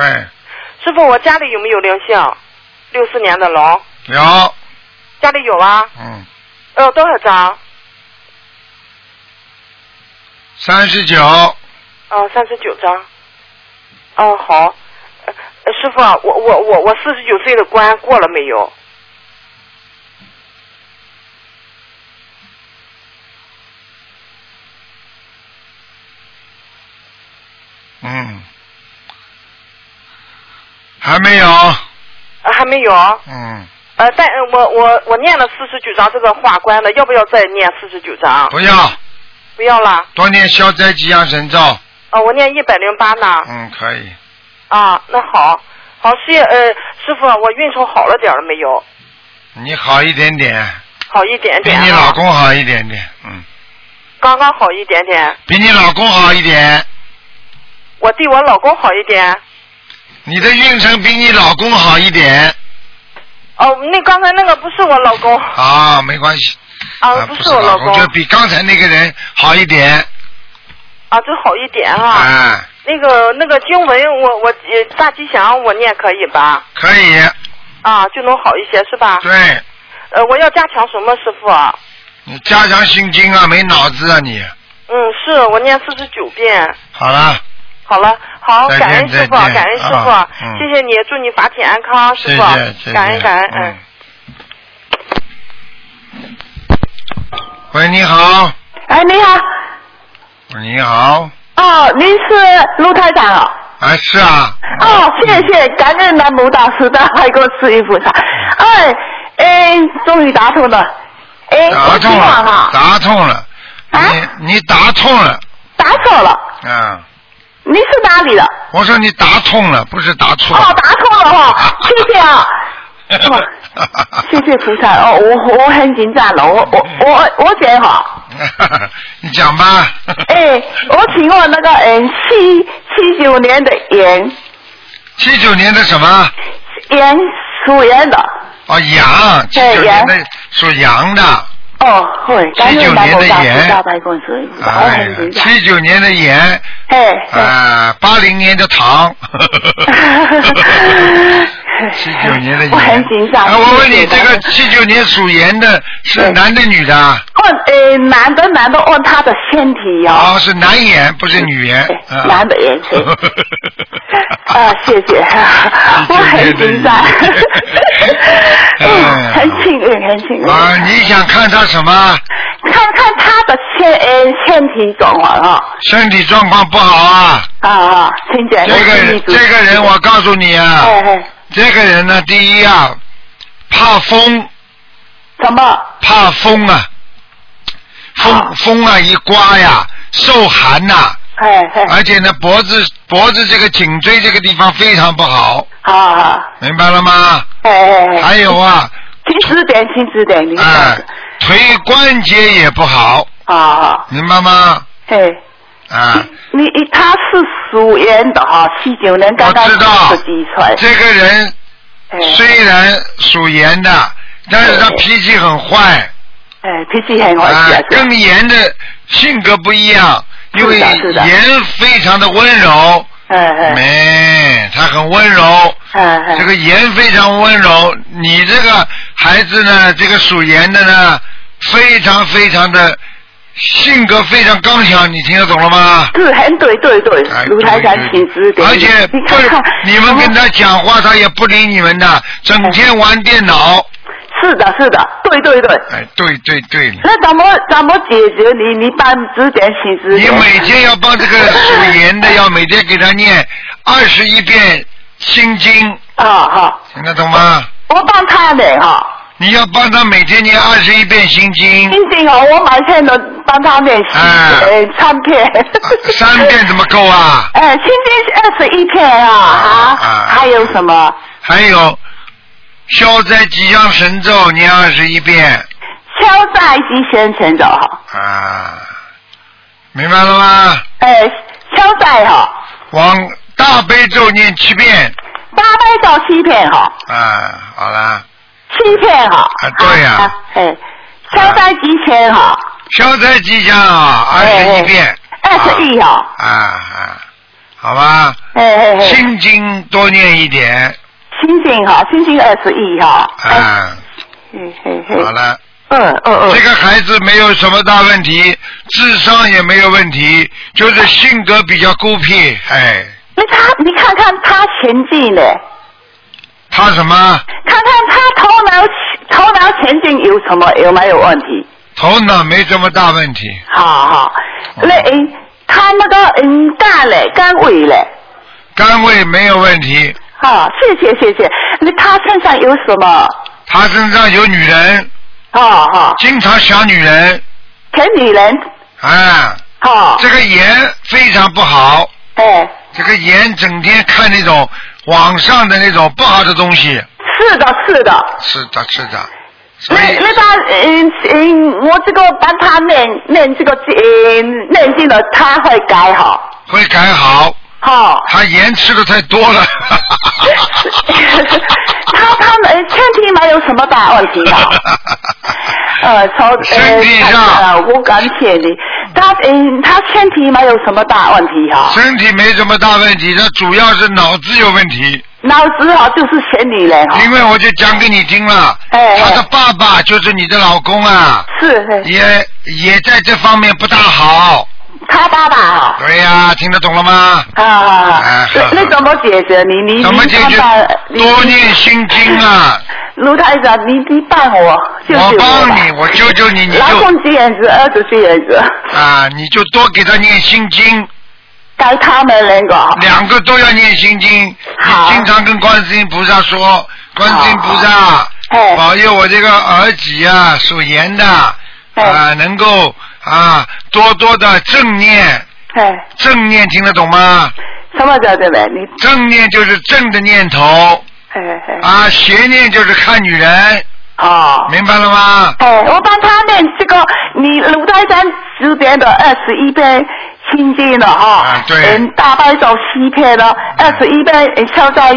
[SPEAKER 5] 师傅，我家里有没有灵性？六四年的龙，
[SPEAKER 1] 有，
[SPEAKER 5] 家里有啊，
[SPEAKER 1] 嗯，
[SPEAKER 5] 呃，多少张？
[SPEAKER 1] 三十九，
[SPEAKER 5] 啊，三十九张。哦，好。呃呃师傅啊，我我我我四十九岁的关过了没有？
[SPEAKER 1] 嗯，还没有，
[SPEAKER 5] 啊，还没有。
[SPEAKER 1] 嗯，
[SPEAKER 5] 呃，但呃我我我念了四十九章这个话关了，要不要再念四十九章？
[SPEAKER 1] 不要，
[SPEAKER 5] 不要啦。
[SPEAKER 1] 多念消灾吉祥神咒，
[SPEAKER 5] 啊，我念一百零八呢。
[SPEAKER 1] 嗯，可以，
[SPEAKER 5] 啊，那好，好师爷呃师傅啊，我运程好了点儿了没有？
[SPEAKER 1] 你好一点点，
[SPEAKER 5] 好一点
[SPEAKER 1] 比
[SPEAKER 5] 点、啊。
[SPEAKER 1] 你老公好一点点，嗯，
[SPEAKER 5] 刚刚好一点点，
[SPEAKER 1] 比你老公好一点，
[SPEAKER 5] 我对我老公好一点。
[SPEAKER 1] 你的运程比你老公好一点，
[SPEAKER 5] 哦，那刚才那个不是我老公
[SPEAKER 1] 啊，没关系，
[SPEAKER 5] 啊，
[SPEAKER 1] 不
[SPEAKER 5] 是我
[SPEAKER 1] 老
[SPEAKER 5] 公
[SPEAKER 1] 就比刚才那个人好一点，
[SPEAKER 5] 啊，就好一点哈、
[SPEAKER 1] 啊，
[SPEAKER 5] 那个那个经文我，我呃大吉祥我念可以吧？
[SPEAKER 1] 可以，
[SPEAKER 5] 啊，就能好一些是吧？
[SPEAKER 1] 对，
[SPEAKER 5] 呃，我要加强什么，师傅啊？
[SPEAKER 1] 你加强心经啊，没脑子啊你，
[SPEAKER 5] 嗯，是我念四十九遍。
[SPEAKER 1] 好了，
[SPEAKER 5] 好了，好，
[SPEAKER 1] 再见
[SPEAKER 5] 感恩师傅，
[SPEAKER 1] 再见
[SPEAKER 5] 感恩师傅，
[SPEAKER 1] 啊嗯
[SPEAKER 5] 谢谢你，祝你法体安康，师
[SPEAKER 1] 谢
[SPEAKER 5] 傅，
[SPEAKER 1] 谢，谢谢，
[SPEAKER 5] 感恩感恩，
[SPEAKER 1] 嗯。喂，你好，
[SPEAKER 6] 哎，你好，
[SPEAKER 1] 你好，
[SPEAKER 6] 哦，您是陆台长哦。
[SPEAKER 1] 啊是啊，
[SPEAKER 6] 哦，谢谢，感恩南无大慈大爱国慈云菩萨。哎，哎，终于打通了。哎，
[SPEAKER 1] 打
[SPEAKER 6] 我希
[SPEAKER 1] 通
[SPEAKER 6] 望
[SPEAKER 1] 了，
[SPEAKER 6] 哈，
[SPEAKER 1] 打通了，
[SPEAKER 6] 啊
[SPEAKER 1] 你你打通了，
[SPEAKER 6] 打错了。
[SPEAKER 1] 啊，
[SPEAKER 6] 你是哪里的？
[SPEAKER 1] 我说你打通了，不是打错
[SPEAKER 6] 哦，
[SPEAKER 1] 了，
[SPEAKER 6] 打错了哈，谢谢啊。哇谢谢菩萨哦，我我很紧张了，我我我我姐哈，
[SPEAKER 1] 你讲吧，
[SPEAKER 6] 哎，我请问那个嗯七七九年的羊
[SPEAKER 1] 七九年的什么？
[SPEAKER 6] 羊属羊的，
[SPEAKER 1] 哦，羊，七九年的属羊的。
[SPEAKER 6] 哦，会，
[SPEAKER 1] 七九年的盐
[SPEAKER 6] 大白棍子，我
[SPEAKER 1] 哎
[SPEAKER 6] 哦很
[SPEAKER 1] 呀
[SPEAKER 6] 紧，张。
[SPEAKER 1] 七九年的盐，
[SPEAKER 6] 嘿，
[SPEAKER 1] 啊，八零年的糖。 七九年的 盐。
[SPEAKER 6] 我很紧张
[SPEAKER 1] 啊我问你，
[SPEAKER 6] 谢谢
[SPEAKER 1] 这个七九年属盐的是男的女的啊？
[SPEAKER 6] 问呃男的男 的问他的身体哟、
[SPEAKER 1] 哦，是男盐，不是女盐。
[SPEAKER 6] 对
[SPEAKER 1] 啊
[SPEAKER 6] 男的盐 对啊，谢谢，我很紧张，
[SPEAKER 1] 哎
[SPEAKER 6] 嗯，很幸运，很幸运。
[SPEAKER 1] 啊，你想看他什么？
[SPEAKER 6] 看看他的身呃身体状况啊
[SPEAKER 1] 身体状况不好啊。
[SPEAKER 6] 啊啊，请讲。
[SPEAKER 1] 这个这个人，我告诉你啊，
[SPEAKER 6] 嗯哎哎，
[SPEAKER 1] 这个人呢，第一啊，怕风，
[SPEAKER 6] 什么？
[SPEAKER 1] 怕风啊，
[SPEAKER 6] 啊
[SPEAKER 1] 风风啊一刮呀，受寒呐、
[SPEAKER 6] 哎哎，
[SPEAKER 1] 而且呢，脖子脖子这个颈椎这个地方非常不好，
[SPEAKER 6] 好好，
[SPEAKER 1] 明白了吗？
[SPEAKER 6] 啊哎哎哎，
[SPEAKER 1] 还有啊，
[SPEAKER 6] 请指点，请指点，您
[SPEAKER 1] 哎
[SPEAKER 6] 讲。，
[SPEAKER 1] 腿关节也不好，
[SPEAKER 6] 啊啊，
[SPEAKER 1] 明白吗？
[SPEAKER 6] 嘿。
[SPEAKER 1] 啊，
[SPEAKER 6] 你你他是属羊的哈，七九年刚刚
[SPEAKER 1] 我知道
[SPEAKER 6] 十几岁，
[SPEAKER 1] 这个人
[SPEAKER 6] 哎
[SPEAKER 1] 虽然属盐的，但是他
[SPEAKER 6] 对
[SPEAKER 1] 脾气很坏，
[SPEAKER 6] 哎，脾气很好，
[SPEAKER 1] 啊
[SPEAKER 6] 是啊，是啊
[SPEAKER 1] 跟盐的性格不一样，因
[SPEAKER 6] 是
[SPEAKER 1] 为
[SPEAKER 6] 的是的
[SPEAKER 1] 盐非常的温柔，
[SPEAKER 6] 哎哎
[SPEAKER 1] 没，他很温柔，
[SPEAKER 6] 哎哎，
[SPEAKER 1] 这个盐非常温柔。你这个孩子呢，这个属盐的呢，非常非常的性格非常刚强，你听得懂了吗？
[SPEAKER 6] 是很对对对
[SPEAKER 1] 哎，
[SPEAKER 6] 卢台长
[SPEAKER 1] 对对
[SPEAKER 6] 请指点，
[SPEAKER 1] 而且
[SPEAKER 6] 你
[SPEAKER 1] 不
[SPEAKER 6] 看看，
[SPEAKER 1] 你们跟他讲话，他也不理你们的，整天玩电脑。
[SPEAKER 6] 是的是的，对对对，
[SPEAKER 1] 哎，对对对了。
[SPEAKER 6] 那怎么怎么解决你？你帮指点请指
[SPEAKER 1] 你
[SPEAKER 6] 点，
[SPEAKER 1] 每天要帮这个属盐的，要每天给他念二十一遍心经，
[SPEAKER 6] 啊哈，
[SPEAKER 1] 听得懂吗？
[SPEAKER 6] 我帮他呢哈，
[SPEAKER 1] 你要帮他每天念二十一遍心经，
[SPEAKER 6] 今天哈哦我马上的帮他练习
[SPEAKER 1] 哎
[SPEAKER 6] 呃唱片
[SPEAKER 1] 啊，三遍怎么够啊？
[SPEAKER 6] 哎，今天是二十一片啊
[SPEAKER 1] 啊
[SPEAKER 6] 啊
[SPEAKER 1] 啊，
[SPEAKER 6] 还有什么？
[SPEAKER 1] 还有消灾吉祥神咒念二十一遍
[SPEAKER 6] 敲诈及宣传的哈，
[SPEAKER 1] 啊，明白了吗？
[SPEAKER 6] 哎，哦敲诈哈，
[SPEAKER 1] 往大悲咒念七遍
[SPEAKER 6] 八百到七片哈，
[SPEAKER 1] 啊，好啦。
[SPEAKER 6] 七片哈。
[SPEAKER 1] 啊对呀
[SPEAKER 6] 啊哎，敲诈及宣哈，
[SPEAKER 1] 消灾吉祥啊，二十
[SPEAKER 6] 哎
[SPEAKER 1] 一遍，
[SPEAKER 6] 二十一哈，
[SPEAKER 1] 啊啊，好吧，
[SPEAKER 6] 哎哎哎，
[SPEAKER 1] 心经多念一点
[SPEAKER 6] 星星哈，星星二十一哈。哎，
[SPEAKER 1] 啊，
[SPEAKER 6] 嘿嘿嘿，
[SPEAKER 1] 好了。
[SPEAKER 6] 嗯嗯嗯，
[SPEAKER 1] 这个孩子没有什么大问题，智商也没有问题，就是性格比较孤僻。哎，
[SPEAKER 6] 那他你看看他前进呢，
[SPEAKER 1] 他什么
[SPEAKER 6] 看看他头脑头脑前进有什么有没有问题？
[SPEAKER 1] 头脑没什么大问题，哦
[SPEAKER 6] 好好，那嗯，他那个嗯肝嘞，肝胃嘞。
[SPEAKER 1] 肝胃没有问题，
[SPEAKER 6] 好，谢谢谢谢。那他身上有什么？
[SPEAKER 1] 他身上有女人，
[SPEAKER 6] 哦哦，
[SPEAKER 1] 经常想女人，
[SPEAKER 6] 前女人，
[SPEAKER 1] 啊，
[SPEAKER 6] 哦，
[SPEAKER 1] 这个盐非常不好，
[SPEAKER 6] 哎，
[SPEAKER 1] 这个盐整天看那种网上的那种不好的东西，
[SPEAKER 6] 是的，是的。
[SPEAKER 1] 是的，是的，所
[SPEAKER 6] 那
[SPEAKER 1] 以
[SPEAKER 6] 那他嗯嗯，我这个帮他念念这个嗯念经的，他会改 好，
[SPEAKER 1] 会改好。
[SPEAKER 6] 好、
[SPEAKER 1] 他盐吃的太多了。
[SPEAKER 6] 他他们呃身体没有什么大问题 啊。呃，从
[SPEAKER 1] 身
[SPEAKER 6] 呃
[SPEAKER 1] 体上
[SPEAKER 6] 看看啊，我感谢你。他嗯，他身体没有什么大问题啊哈、
[SPEAKER 1] 身体没什么大问题，他主要是脑子有问题。
[SPEAKER 6] 脑子哈啊就是前女人哈、
[SPEAKER 1] 因为我就讲给你听了，
[SPEAKER 6] 哎
[SPEAKER 1] 他的爸爸就是你的老公啊，
[SPEAKER 6] 是是。
[SPEAKER 1] 也也在这方面不大好。
[SPEAKER 6] 他爸爸啊，
[SPEAKER 1] 对呀、听得懂了吗？
[SPEAKER 6] 啊啊
[SPEAKER 1] 哎
[SPEAKER 6] 啊，那
[SPEAKER 1] 好
[SPEAKER 6] 那怎么解决？你你
[SPEAKER 1] 怎么
[SPEAKER 6] 你
[SPEAKER 1] 解
[SPEAKER 6] 帮
[SPEAKER 1] 决
[SPEAKER 6] 帮？
[SPEAKER 1] 多念心经啊！
[SPEAKER 6] 卢台长，你你帮我，救救
[SPEAKER 1] 我帮你，
[SPEAKER 6] 吧。
[SPEAKER 1] 我救救你，你
[SPEAKER 6] 老
[SPEAKER 1] 就
[SPEAKER 6] 公几眼子，儿子几眼子，
[SPEAKER 1] 啊，你就多给他念心经，
[SPEAKER 6] 该他们两个。
[SPEAKER 1] 两个都要念心经。
[SPEAKER 6] 好
[SPEAKER 1] 你经常跟观世音菩萨说，观世音菩萨
[SPEAKER 6] 好哎
[SPEAKER 1] 保佑我这个儿子啊，属盐的啊、
[SPEAKER 6] 哎
[SPEAKER 1] 能够啊多多的正念，
[SPEAKER 6] 哎，
[SPEAKER 1] 正念听得懂吗？
[SPEAKER 6] 什么叫对呗？你
[SPEAKER 1] 正念就是正的念头
[SPEAKER 6] 哎哎
[SPEAKER 1] 啊，邪念就是看女人，
[SPEAKER 6] 哦。
[SPEAKER 1] 明白了吗？
[SPEAKER 6] 哎，我帮他念这个，你卢台长指点的二十一遍心经的哈，
[SPEAKER 1] 啊对嗯
[SPEAKER 6] 嗯，大悲咒七篇的，二十一遍呃消灾，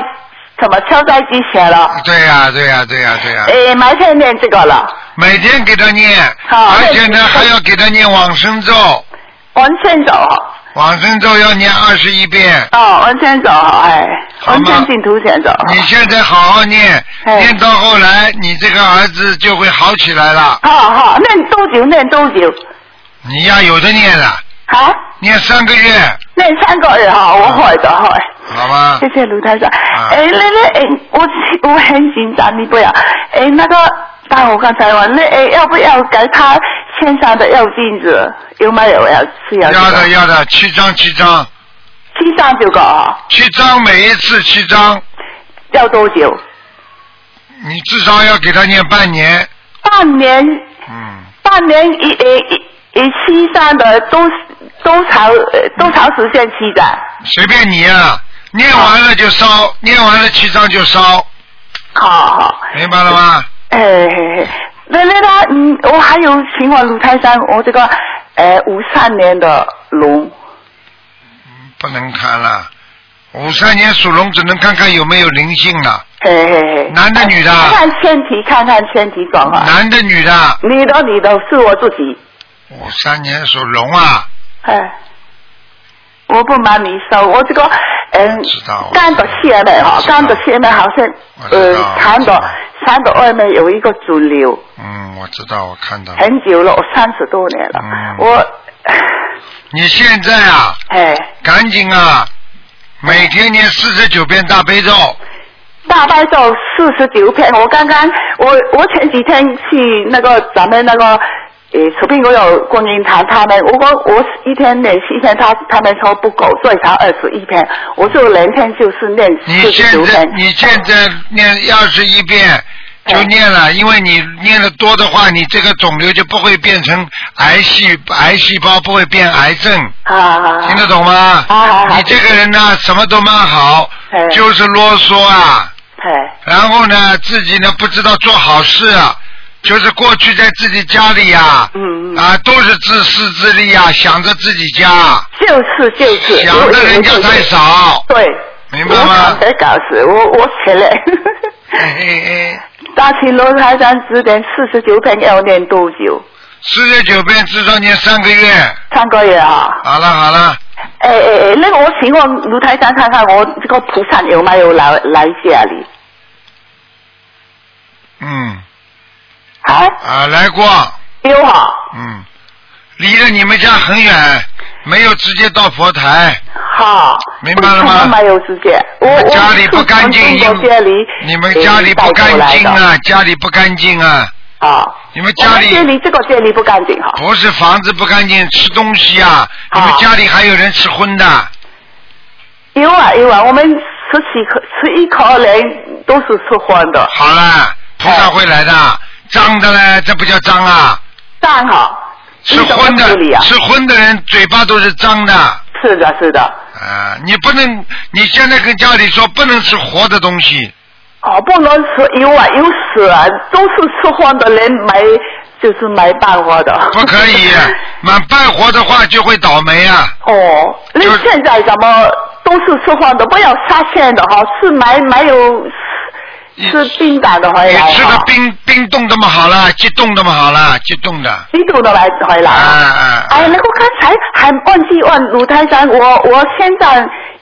[SPEAKER 6] 什么消灾吉祥了，哎
[SPEAKER 1] 对呀、对呀、对呀、对呀、
[SPEAKER 6] 哎，每天念这个了。
[SPEAKER 1] 每天给他念，
[SPEAKER 6] 好
[SPEAKER 1] 而且呢还要给他念往生咒，
[SPEAKER 6] 往前走，
[SPEAKER 1] 往生咒要念二十一遍。
[SPEAKER 6] 哦，往前走，哎，
[SPEAKER 1] 好
[SPEAKER 6] 往
[SPEAKER 1] 吗
[SPEAKER 6] 前进图前走。
[SPEAKER 1] 你现在好好念，
[SPEAKER 6] 哎
[SPEAKER 1] 念到后来你这个儿子就会好起来了。
[SPEAKER 6] 好好，念多久？念多久？
[SPEAKER 1] 你呀有的念了，
[SPEAKER 6] 啊，
[SPEAKER 1] 念三个月，
[SPEAKER 6] 念三个月哈，我好的好。
[SPEAKER 1] 好吗
[SPEAKER 6] 谢？谢卢台长。
[SPEAKER 1] 啊
[SPEAKER 6] 哎、那那哎，我我很紧张，你不要。哎，那个，但我刚才问，那哎，要不要给他线上的药镜子？有没有要吃药镜
[SPEAKER 1] 要的
[SPEAKER 6] 子？
[SPEAKER 1] 要的，七张七张，
[SPEAKER 6] 七张就够啊，
[SPEAKER 1] 七张每一次七张，
[SPEAKER 6] 要多久？
[SPEAKER 1] 你至少要给他念半年。
[SPEAKER 6] 半年，
[SPEAKER 1] 嗯，
[SPEAKER 6] 半年一呃一一七张的多多长呃多长时间七张？
[SPEAKER 1] 随便你啊，念完了就烧，念完了七张就烧，
[SPEAKER 6] 好好。
[SPEAKER 1] 明白了吗？
[SPEAKER 6] 哎，那那他，嗯，我还有请问卢泰山，我这个，呃，五三年的龙，
[SPEAKER 1] 嗯不能看了，五三年属龙只能看看有没有灵性了，
[SPEAKER 6] 嘿嘿嘿，
[SPEAKER 1] 男的女的
[SPEAKER 6] 看看身体，看看身体状况。
[SPEAKER 1] 男的女的，
[SPEAKER 6] 女的，女的，是我自己。
[SPEAKER 1] 五三年属龙啊，
[SPEAKER 6] 哎，我不瞒你说，我这个，嗯
[SPEAKER 1] 知道我，
[SPEAKER 6] 肝的下面哈，
[SPEAKER 1] 知道
[SPEAKER 6] 肝的下面好像
[SPEAKER 1] 我，知
[SPEAKER 6] 呃
[SPEAKER 1] 道，
[SPEAKER 6] 肠
[SPEAKER 1] 我知
[SPEAKER 6] 的
[SPEAKER 1] 道
[SPEAKER 6] 肠的外面有一个肿瘤，
[SPEAKER 1] 嗯，我知道，我看到了。
[SPEAKER 6] 很久了，我三十多年了，
[SPEAKER 1] 嗯
[SPEAKER 6] 哎我，
[SPEAKER 1] 你现在啊，
[SPEAKER 6] 哎，
[SPEAKER 1] 赶紧啊，每天念四十九遍大悲咒，
[SPEAKER 6] 大悲咒四十九篇，我刚刚我我前几天去那个咱们那个呃，随便我有观音堂他们，我我我一天练习一天，他他们说不够，最少二十一篇，我就连天就是练
[SPEAKER 1] 你
[SPEAKER 6] 四十
[SPEAKER 1] 现
[SPEAKER 6] 九
[SPEAKER 1] 在
[SPEAKER 6] 篇。
[SPEAKER 1] 你现在念二十一遍
[SPEAKER 6] 嗯
[SPEAKER 1] 就念了，因为你念的多的话，你这个肿瘤就不会变成癌细癌细胞，不会变癌症，
[SPEAKER 6] 啊
[SPEAKER 1] 听得懂吗？
[SPEAKER 6] 好好好
[SPEAKER 1] 你这个人呢，什么都蛮好
[SPEAKER 6] 嗯，
[SPEAKER 1] 就是啰嗦啊，
[SPEAKER 6] 哎
[SPEAKER 1] 然后呢，自己呢不知道做好事啊，就是过去在自己家里呀、啊，
[SPEAKER 6] 嗯嗯
[SPEAKER 1] 都是自私自利啊，想着自己家，
[SPEAKER 6] 就是就是，
[SPEAKER 1] 想着人家
[SPEAKER 6] 我
[SPEAKER 1] 太少，
[SPEAKER 6] 对，
[SPEAKER 1] 明
[SPEAKER 6] 我
[SPEAKER 1] 白吗
[SPEAKER 6] 想？得搞死我我起来。
[SPEAKER 1] 哎哎哎，
[SPEAKER 6] 大请罗台长指点四十九篇要练多久？
[SPEAKER 1] 四十九遍至少念三个月。
[SPEAKER 6] 三个月啊。
[SPEAKER 1] 好了好了，
[SPEAKER 6] 哎哎哎，那个我请问卢台长看看我这个菩萨有没有来来家里？
[SPEAKER 1] 嗯
[SPEAKER 6] 啊，
[SPEAKER 1] 啊来过，
[SPEAKER 6] 有哈，
[SPEAKER 1] 嗯，离了你们家很远，没有直接到佛台，
[SPEAKER 6] 好，
[SPEAKER 1] 明白了吗
[SPEAKER 6] 为什么没有直接，我
[SPEAKER 1] 你
[SPEAKER 6] 我
[SPEAKER 1] 们家里不干净，
[SPEAKER 6] 我
[SPEAKER 1] 因
[SPEAKER 6] 家里
[SPEAKER 1] 你们家里不干净啊，家里不干净啊，
[SPEAKER 6] 啊，
[SPEAKER 1] 你们
[SPEAKER 6] 我
[SPEAKER 1] 家里
[SPEAKER 6] 们这里这个这里不干净哈，
[SPEAKER 1] 不是房子不干净，吃东西啊！你们
[SPEAKER 6] 啊
[SPEAKER 1] 家里还有人吃荤
[SPEAKER 6] 哎
[SPEAKER 1] 的，
[SPEAKER 6] 有啊有啊，我们十几口十一口人都是吃荤的，
[SPEAKER 1] 好了，菩萨会来的。脏的嘞，这不叫脏啊！
[SPEAKER 6] 但哈，
[SPEAKER 1] 吃荤
[SPEAKER 6] 你怎么处理
[SPEAKER 1] 的，
[SPEAKER 6] 啊，
[SPEAKER 1] 吃荤的人嘴巴都是脏的
[SPEAKER 6] 是的是的，
[SPEAKER 1] 啊！你不能，你现在跟家里说不能吃活的东西，
[SPEAKER 6] 哦，不能吃有啊有死啊，都是吃荤的人没就是没办法的，，
[SPEAKER 1] 不可以 满半活的话就会倒霉啊！
[SPEAKER 6] 哦，那
[SPEAKER 1] 就是
[SPEAKER 6] 现在怎么都是吃饭的，不要杀线的哈，是没没有
[SPEAKER 1] 你
[SPEAKER 6] 吃冰感的回
[SPEAKER 1] 你
[SPEAKER 6] 来
[SPEAKER 1] 吃
[SPEAKER 6] 哈
[SPEAKER 1] 个，冰冰冻的嘛好了，激冻的嘛好了，激冻的。
[SPEAKER 6] 冰冻的来回来。
[SPEAKER 1] 啊啊
[SPEAKER 6] 哎，那个刚才还忘记问卢泰山，我我现在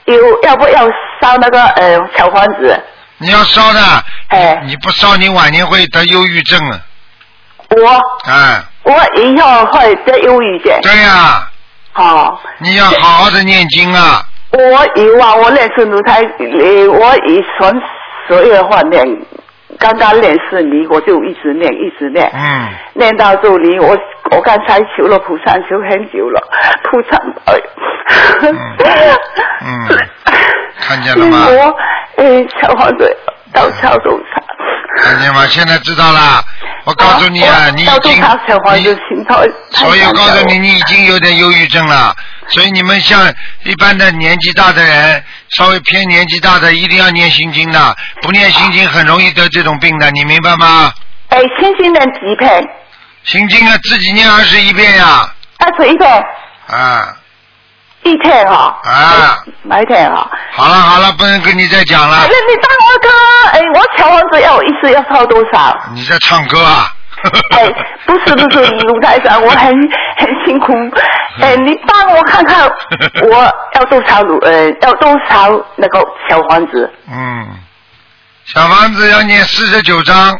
[SPEAKER 6] 有要不要烧那个呃小房子？
[SPEAKER 1] 你要烧的，
[SPEAKER 6] 哎
[SPEAKER 1] 你不烧你晚年会得忧郁症啊！
[SPEAKER 6] 我
[SPEAKER 1] 啊，
[SPEAKER 6] 我以后会得忧郁症。
[SPEAKER 1] 对呀、
[SPEAKER 6] 哦，
[SPEAKER 1] 你要好好的念经啊！
[SPEAKER 6] 我以往我认识卢泰，呃我以前十月份念，刚刚练四你我就一直念一直念。
[SPEAKER 1] 嗯，
[SPEAKER 6] 念到这里，我我刚才求了菩萨，求很久了，菩萨，哎，
[SPEAKER 1] 嗯看见了吗
[SPEAKER 6] 我哎，小黄嘴到超度他。
[SPEAKER 1] 看见吗？现在知道啦。我告诉你
[SPEAKER 6] 哦我
[SPEAKER 1] 啊，你已
[SPEAKER 6] 到处
[SPEAKER 1] 经
[SPEAKER 6] 跑小黄就
[SPEAKER 1] 你，
[SPEAKER 6] 请他。
[SPEAKER 1] 所以我告诉
[SPEAKER 6] 太
[SPEAKER 1] 你，
[SPEAKER 6] 感动了，
[SPEAKER 1] 你已经有点忧郁症了。所以你们像一般的年纪大的人，稍微偏年纪大的，一定要念心经的，不念心经很容易得这种病的，你明白吗？
[SPEAKER 6] 哎，星星念几片？
[SPEAKER 1] 心经啊，自己念二十一遍呀、
[SPEAKER 6] 二十一片，
[SPEAKER 1] 啊
[SPEAKER 6] 一片哈，
[SPEAKER 1] 啊！
[SPEAKER 6] 哪一片哈？
[SPEAKER 1] 好了好了，不能跟你再讲
[SPEAKER 6] 那
[SPEAKER 1] 了，
[SPEAKER 6] 哎你当我哥，哎，我小黄子要一次要超多少？
[SPEAKER 1] 你在唱歌啊？
[SPEAKER 6] 哎，不是不是，卢台长，我很 很辛苦。哎，你帮我看看，我要多少卢呃，要多少那个小房子，
[SPEAKER 1] 嗯，小房子要念四十九章，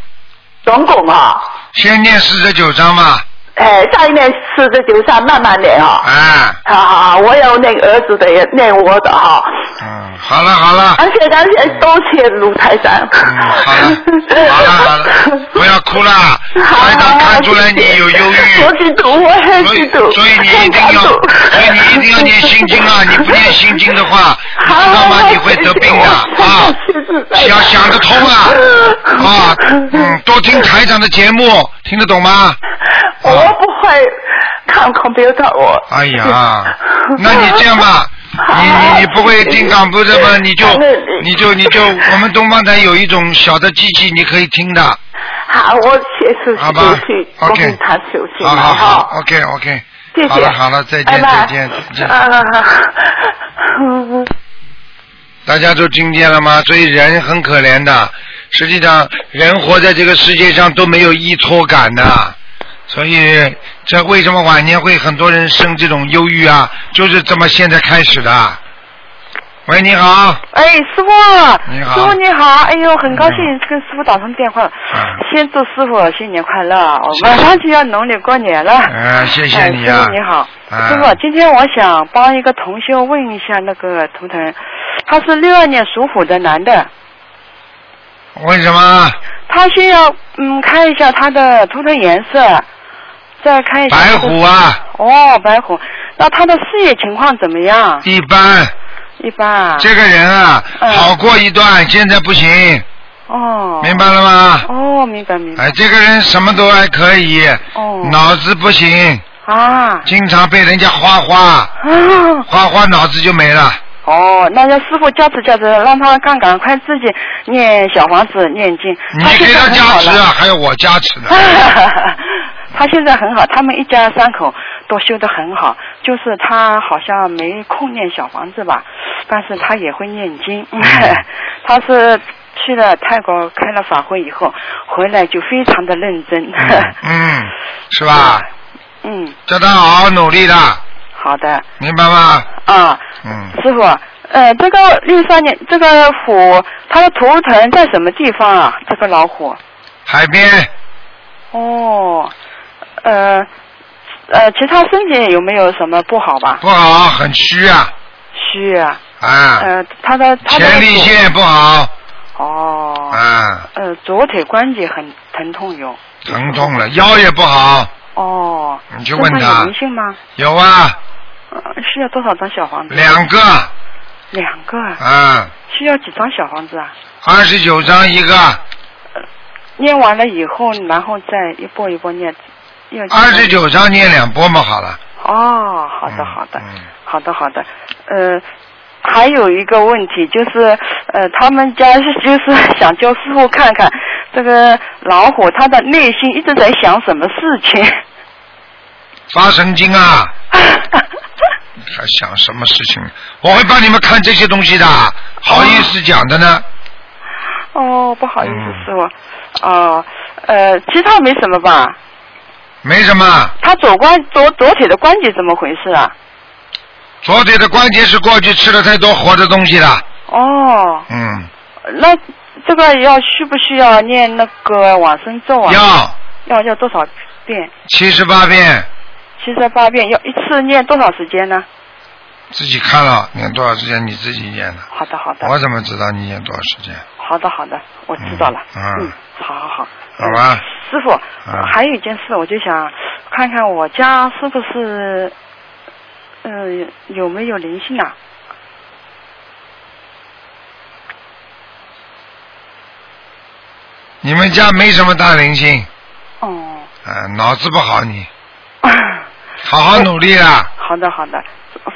[SPEAKER 6] 总共啊哈、
[SPEAKER 1] 先念四十九章嘛，
[SPEAKER 6] 哎，下一年四十九上慢慢念哈、
[SPEAKER 1] 哎，
[SPEAKER 6] 好好好，啊我有念儿子的，也念我的哈、
[SPEAKER 1] 嗯，好了好了，
[SPEAKER 6] 而且感谢多谢卢台长。
[SPEAKER 1] 嗯，好了好了好了，不要哭了，台长看出来你有忧郁，
[SPEAKER 6] 我知道，我很
[SPEAKER 1] 所
[SPEAKER 6] 知
[SPEAKER 1] 以
[SPEAKER 6] 道，
[SPEAKER 1] 所以你一定要，所以你一定要念心经 啊！你不念心经的话，你
[SPEAKER 6] 好
[SPEAKER 1] 知道吗？你会得病的啊！要想得通 啊啊！嗯，多听台长的节目，听得懂吗？哦
[SPEAKER 6] 我不会看 computer，我。
[SPEAKER 1] 哎 呀，那你这 样吧，你你你不会听港不是吗？你就你就你就，我们东方台有一种小的机器，你可以听的。
[SPEAKER 6] 好，我确实
[SPEAKER 1] 好吧
[SPEAKER 6] 休息，我
[SPEAKER 1] OK
[SPEAKER 6] 跟他休息
[SPEAKER 1] 好
[SPEAKER 6] 嘛
[SPEAKER 1] 好好
[SPEAKER 6] 哈。
[SPEAKER 1] ，OK OK，
[SPEAKER 6] 谢谢。
[SPEAKER 1] 好了好了，再
[SPEAKER 6] 拜
[SPEAKER 1] 见
[SPEAKER 6] 拜
[SPEAKER 1] 再见再见。
[SPEAKER 6] 啊。嗯
[SPEAKER 1] 大家都听见了吗？所以人很可怜的，实际上人活在这个世界上都没有依托感的，所以这为什么晚年会很多人生这种忧郁啊？就是这么现在开始的。喂，你好，
[SPEAKER 7] 哎，师傅，
[SPEAKER 1] 你好
[SPEAKER 7] 师傅你好，哎呦，很高兴跟师傅打通电话。
[SPEAKER 1] 嗯
[SPEAKER 7] 先祝师傅新年快乐，我马上就要农历过年了。
[SPEAKER 1] 哎谢谢
[SPEAKER 7] 哎
[SPEAKER 1] 你啊
[SPEAKER 7] 师傅你好，
[SPEAKER 1] 啊
[SPEAKER 7] 师傅，今天我想帮一个同修问一下那个图腾，他是六二年属虎的男的，
[SPEAKER 1] 为什么
[SPEAKER 7] 他需要嗯看一下他的图腾颜色，再看一下
[SPEAKER 1] 白虎。啊？
[SPEAKER 7] 哦，白虎，那他的事业情况怎么样？
[SPEAKER 1] 一般，
[SPEAKER 7] 一般啊。
[SPEAKER 1] 这个人啊，
[SPEAKER 7] 嗯
[SPEAKER 1] 好过一段，现在不行，
[SPEAKER 7] 哦。
[SPEAKER 1] 明。白了吗？
[SPEAKER 7] 哦，明白明白。
[SPEAKER 1] 哎，这个人什么都还可以，
[SPEAKER 7] 哦。
[SPEAKER 1] 脑子不行，
[SPEAKER 7] 啊。
[SPEAKER 1] 经常被人家花花，
[SPEAKER 7] 啊，
[SPEAKER 1] 花花脑子就没了。
[SPEAKER 7] 哦，那要师傅加持加持，让他赶赶快自己念小房子念经。
[SPEAKER 1] 你
[SPEAKER 7] 现
[SPEAKER 1] 给
[SPEAKER 7] 在
[SPEAKER 1] 他
[SPEAKER 7] 很
[SPEAKER 1] 加
[SPEAKER 7] 好
[SPEAKER 1] 持
[SPEAKER 7] 了
[SPEAKER 1] 啊，还有我加持呢。
[SPEAKER 7] 他现在很好，他们一家三口都修得很好，就是他好像没空念小房子吧，但是他也会念经。
[SPEAKER 1] 嗯
[SPEAKER 7] 他是去了泰国开了法会以后，回来就非常的认真。
[SPEAKER 1] 嗯，是吧？
[SPEAKER 7] 嗯，
[SPEAKER 1] 叫他好好努力的，
[SPEAKER 7] 好的
[SPEAKER 1] 明白吗？
[SPEAKER 7] 啊，
[SPEAKER 1] 嗯，
[SPEAKER 7] 师傅。呃，这个六三年，这个虎，它的图腾在什么地方啊？这个老虎。
[SPEAKER 1] 海边
[SPEAKER 7] 哦，呃，呃，其他身体有没有什么不好吧？
[SPEAKER 1] 不好，很虚啊，
[SPEAKER 7] 虚啊，
[SPEAKER 1] 啊，
[SPEAKER 7] 呃，他的他的
[SPEAKER 1] 前列腺不好，
[SPEAKER 7] 哦，
[SPEAKER 1] 啊，
[SPEAKER 7] 呃，左腿关节很疼痛有，
[SPEAKER 1] 疼痛了，腰也不好，
[SPEAKER 7] 哦，
[SPEAKER 1] 你去问
[SPEAKER 7] 身上
[SPEAKER 1] 他
[SPEAKER 7] 有灵性吗？
[SPEAKER 1] 有啊，
[SPEAKER 7] 呃，需要多少张小房子？
[SPEAKER 1] 两个，
[SPEAKER 7] 两个啊，
[SPEAKER 1] 啊，
[SPEAKER 7] 需要几张小房子啊？
[SPEAKER 1] 二十九张一个，
[SPEAKER 7] 念完了以后，然后再一波一波念，要几张
[SPEAKER 1] 二十九张念两波嘛，好了。
[SPEAKER 7] 哦，好的
[SPEAKER 1] 嗯
[SPEAKER 7] 好的，
[SPEAKER 1] 嗯
[SPEAKER 7] 好的好的，呃，还有一个问题就是，呃，他们家是就是想叫师傅看看这个老虎他的内心一直在想什么事情。
[SPEAKER 1] 发神经啊！还想什么事情？我会帮你们看这些东西的，好意思讲的呢？
[SPEAKER 7] 哦，不好意思
[SPEAKER 1] 嗯，
[SPEAKER 7] 师傅。哦，呃，其他没什么吧？
[SPEAKER 1] 没什么，
[SPEAKER 7] 他左关左左腿的关节怎么回事啊？
[SPEAKER 1] 左腿的关节是过去吃了太多活的东西了。
[SPEAKER 7] 哦，
[SPEAKER 1] 嗯，
[SPEAKER 7] 那这个要需不需要念那个往生咒啊？
[SPEAKER 1] 要
[SPEAKER 7] 要要多少遍？
[SPEAKER 1] 七十八遍，
[SPEAKER 7] 七十八遍，要一次念多少时间呢？
[SPEAKER 1] 自己看了，念多少时间你自己念的，
[SPEAKER 7] 好的，好的，
[SPEAKER 1] 我怎么知道你念多少时间？
[SPEAKER 7] 好的，好的，我知道了。
[SPEAKER 1] 嗯嗯
[SPEAKER 7] 嗯，好好好。
[SPEAKER 1] 好吧，
[SPEAKER 7] 师傅，
[SPEAKER 1] 嗯
[SPEAKER 7] 还有一件事，我就想看看我家是不是，呃，有没有灵性啊？
[SPEAKER 1] 你们家没什么大灵性，
[SPEAKER 7] 哦，
[SPEAKER 1] 啊、脑子不好你，好好努力啊啦，
[SPEAKER 7] 好的，好的。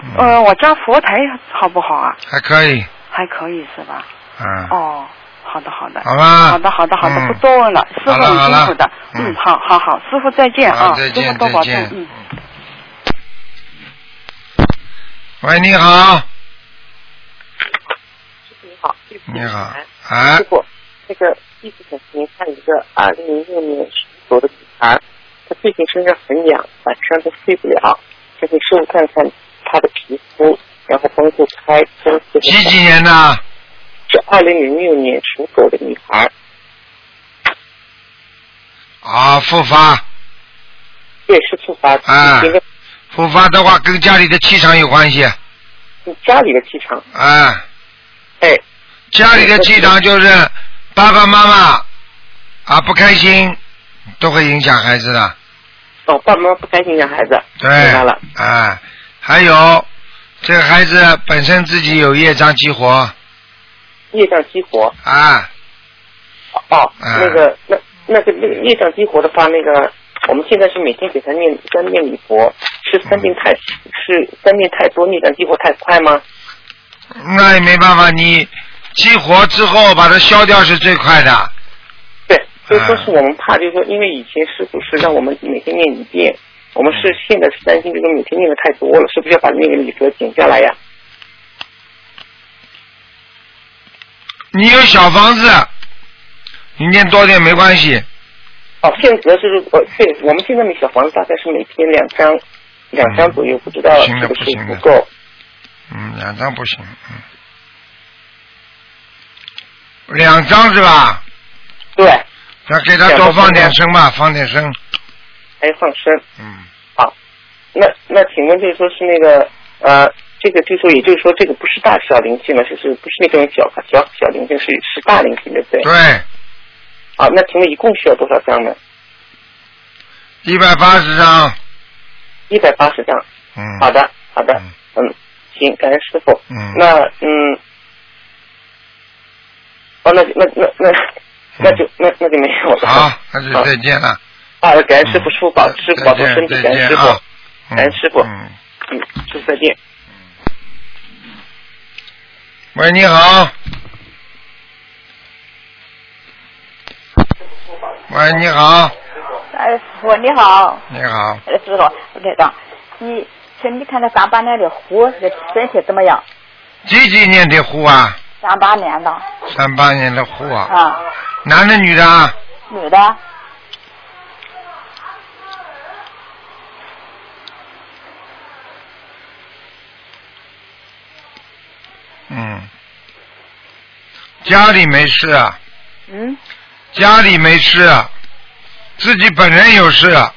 [SPEAKER 1] 嗯
[SPEAKER 7] 呃，我家佛台好不好啊？
[SPEAKER 1] 还可以，
[SPEAKER 7] 还可以是吧？
[SPEAKER 1] 嗯，
[SPEAKER 7] 哦，好的，好的。
[SPEAKER 1] 好吧，
[SPEAKER 7] 好的，好的，好的，
[SPEAKER 1] 嗯
[SPEAKER 7] 不多问了，师傅
[SPEAKER 1] 好了
[SPEAKER 7] 很
[SPEAKER 1] 好了
[SPEAKER 7] 辛苦的，
[SPEAKER 1] 嗯
[SPEAKER 7] 嗯，好好好，师傅再见
[SPEAKER 1] 好
[SPEAKER 7] 啊，
[SPEAKER 1] 再
[SPEAKER 7] 师
[SPEAKER 1] 见
[SPEAKER 7] 傅多
[SPEAKER 1] 再
[SPEAKER 7] 保重
[SPEAKER 1] 见，
[SPEAKER 7] 嗯。
[SPEAKER 1] 喂，你好，
[SPEAKER 8] 你好，对不起
[SPEAKER 1] 你好，哎
[SPEAKER 8] 呃师，傅，那个弟子请您看一个二零零六年属狗的痰，他最近身上很痒，晚上都睡不了，就给师傅看看他的皮肤，然后帮助开针灸。
[SPEAKER 1] 几几年的？
[SPEAKER 8] 是二零零六年属狗的女孩，
[SPEAKER 1] 啊，复发
[SPEAKER 8] 对，是复发。
[SPEAKER 1] 啊
[SPEAKER 8] 你觉得
[SPEAKER 1] 复发的话跟家里的气场有关系
[SPEAKER 8] 你家里的气场，
[SPEAKER 1] 啊。
[SPEAKER 8] 哎，
[SPEAKER 1] 家里的气场就是爸爸妈妈啊不开心，都会影响孩子的。
[SPEAKER 8] 哦，爸妈不开心养孩子，
[SPEAKER 1] 对，
[SPEAKER 8] 明白了。
[SPEAKER 1] 啊，还有这个孩子本身自己有业障激活
[SPEAKER 8] 业障激活，
[SPEAKER 1] 啊，
[SPEAKER 8] 哦，
[SPEAKER 1] 嗯
[SPEAKER 8] 那个那那个那个业障激活的话，那个我们现在是每天给他念三遍礼佛，是
[SPEAKER 1] 嗯
[SPEAKER 8] 三遍太是三遍太多，业障激活太快吗？
[SPEAKER 1] 那也没办法，你激活之后把它消掉是最快的。
[SPEAKER 8] 对，所以说
[SPEAKER 1] 啊
[SPEAKER 8] 是我们怕，就是说，因为以前师傅是让我们每天念一遍，我们
[SPEAKER 1] 嗯
[SPEAKER 8] 是现在是担心这个每天念的太多了，是不是要把那个礼佛减下来呀？
[SPEAKER 1] 你有小房子，你念多点没关系。
[SPEAKER 8] 哦，现在主要是呃，对，我们现在的小房子大概是每天两张，两张左右，不知道
[SPEAKER 1] 不
[SPEAKER 8] 是
[SPEAKER 1] 行的
[SPEAKER 8] 不是
[SPEAKER 1] 不嗯行
[SPEAKER 8] 不
[SPEAKER 1] 的
[SPEAKER 8] 够。
[SPEAKER 1] 嗯，两张不行，嗯，两张是吧？
[SPEAKER 8] 对，
[SPEAKER 1] 那给他多放
[SPEAKER 8] 啊
[SPEAKER 1] 点声吧，放点声。
[SPEAKER 8] 还要哎放生。
[SPEAKER 1] 嗯，
[SPEAKER 8] 那那请问就是说是那个呃，这个就是说也就是说这个不是大小灵性了，就是不是那种小小小灵性，是是大灵性，对不对？
[SPEAKER 1] 对，
[SPEAKER 8] 啊，那请问一共需要多少张呢？
[SPEAKER 1] 一百八十张。
[SPEAKER 8] 一百八十张。
[SPEAKER 1] 嗯，
[SPEAKER 8] 好的，好的，嗯，行，感恩师傅。
[SPEAKER 1] 嗯，
[SPEAKER 8] 那嗯，哦，那就那那那那就那那就没有了。
[SPEAKER 1] 好，那就再见了，
[SPEAKER 8] 啊，感恩师傅，师傅保师傅保
[SPEAKER 1] 再
[SPEAKER 8] 重身体，
[SPEAKER 1] 见，嗯再
[SPEAKER 8] 感恩
[SPEAKER 1] 见
[SPEAKER 8] 师傅，
[SPEAKER 1] 啊！
[SPEAKER 8] 感恩师傅，
[SPEAKER 1] 嗯，
[SPEAKER 8] 嗯，师傅再见。
[SPEAKER 1] 喂，你好。喂，你好，
[SPEAKER 9] 哎，师傅你好，
[SPEAKER 1] 你好，
[SPEAKER 9] 哎师傅台长，你请你看看三八年的虎这身体怎么样？
[SPEAKER 1] 几几年的虎啊？
[SPEAKER 9] 三八年的
[SPEAKER 1] 三八年的虎啊，
[SPEAKER 9] 啊，
[SPEAKER 1] 男的女的啊？
[SPEAKER 9] 女的，
[SPEAKER 1] 嗯，家里没事啊，
[SPEAKER 9] 嗯，
[SPEAKER 1] 家里没事啊，自己本人有事啊。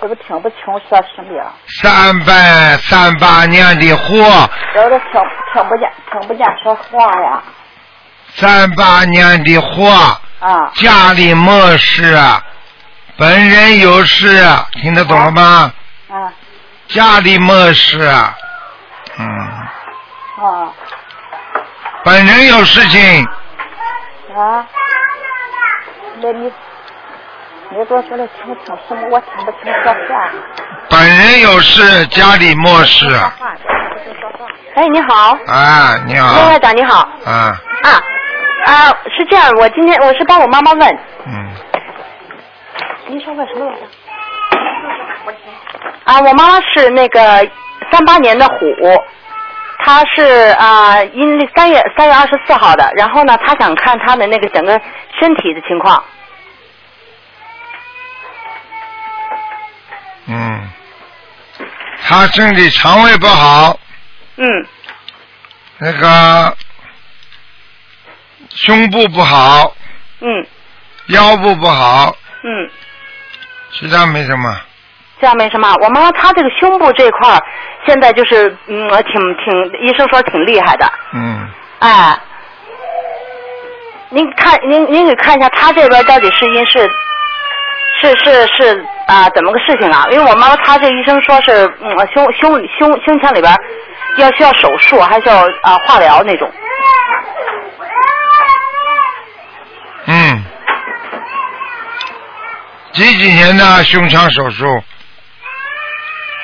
[SPEAKER 9] 我都听不清啊说什么呀，
[SPEAKER 1] 三百三八年的虎，
[SPEAKER 9] 我都听听不见听不见说话呀，
[SPEAKER 1] 三八年的虎，
[SPEAKER 9] 啊，
[SPEAKER 1] 家里没事啊，本人有事啊，听得懂了吗？
[SPEAKER 9] 啊
[SPEAKER 1] 家里没事啊，嗯，
[SPEAKER 9] 啊
[SPEAKER 1] 本人有事情，
[SPEAKER 9] 啊，那你你给我说的听不清什么？我听不清说话，
[SPEAKER 1] 本人有事，家里没事啊。
[SPEAKER 10] 哎，你好，
[SPEAKER 1] 啊，你
[SPEAKER 10] 陆
[SPEAKER 1] 好
[SPEAKER 10] 院，长你好
[SPEAKER 1] 啊，
[SPEAKER 10] 啊啊，是这样，我今天我是帮我妈妈问，
[SPEAKER 1] 嗯，
[SPEAKER 10] 您说问什么来着？啊，我妈妈是那个三八年的虎，她是啊阴历三月三月二十四号的，然后呢，她想看她的那个整个身体的情况。
[SPEAKER 1] 嗯，他身体肠胃不好，
[SPEAKER 10] 嗯
[SPEAKER 1] 那个胸部不好，
[SPEAKER 10] 嗯
[SPEAKER 1] 腰部不好，
[SPEAKER 10] 嗯，
[SPEAKER 1] 其他没什么。
[SPEAKER 10] 这样没什么。我妈妈她这个胸部这块儿，现在就是嗯挺挺，医生说挺厉害的。
[SPEAKER 1] 嗯，
[SPEAKER 10] 哎，您看，您您给看一下他这边到底是因是是是是啊、怎么个事情啊？因为我妈妈她这医生说是嗯胸胸胸胸腔里边要需要手术，还需要啊、化疗那种。
[SPEAKER 1] 嗯，几几年的胸腔手术？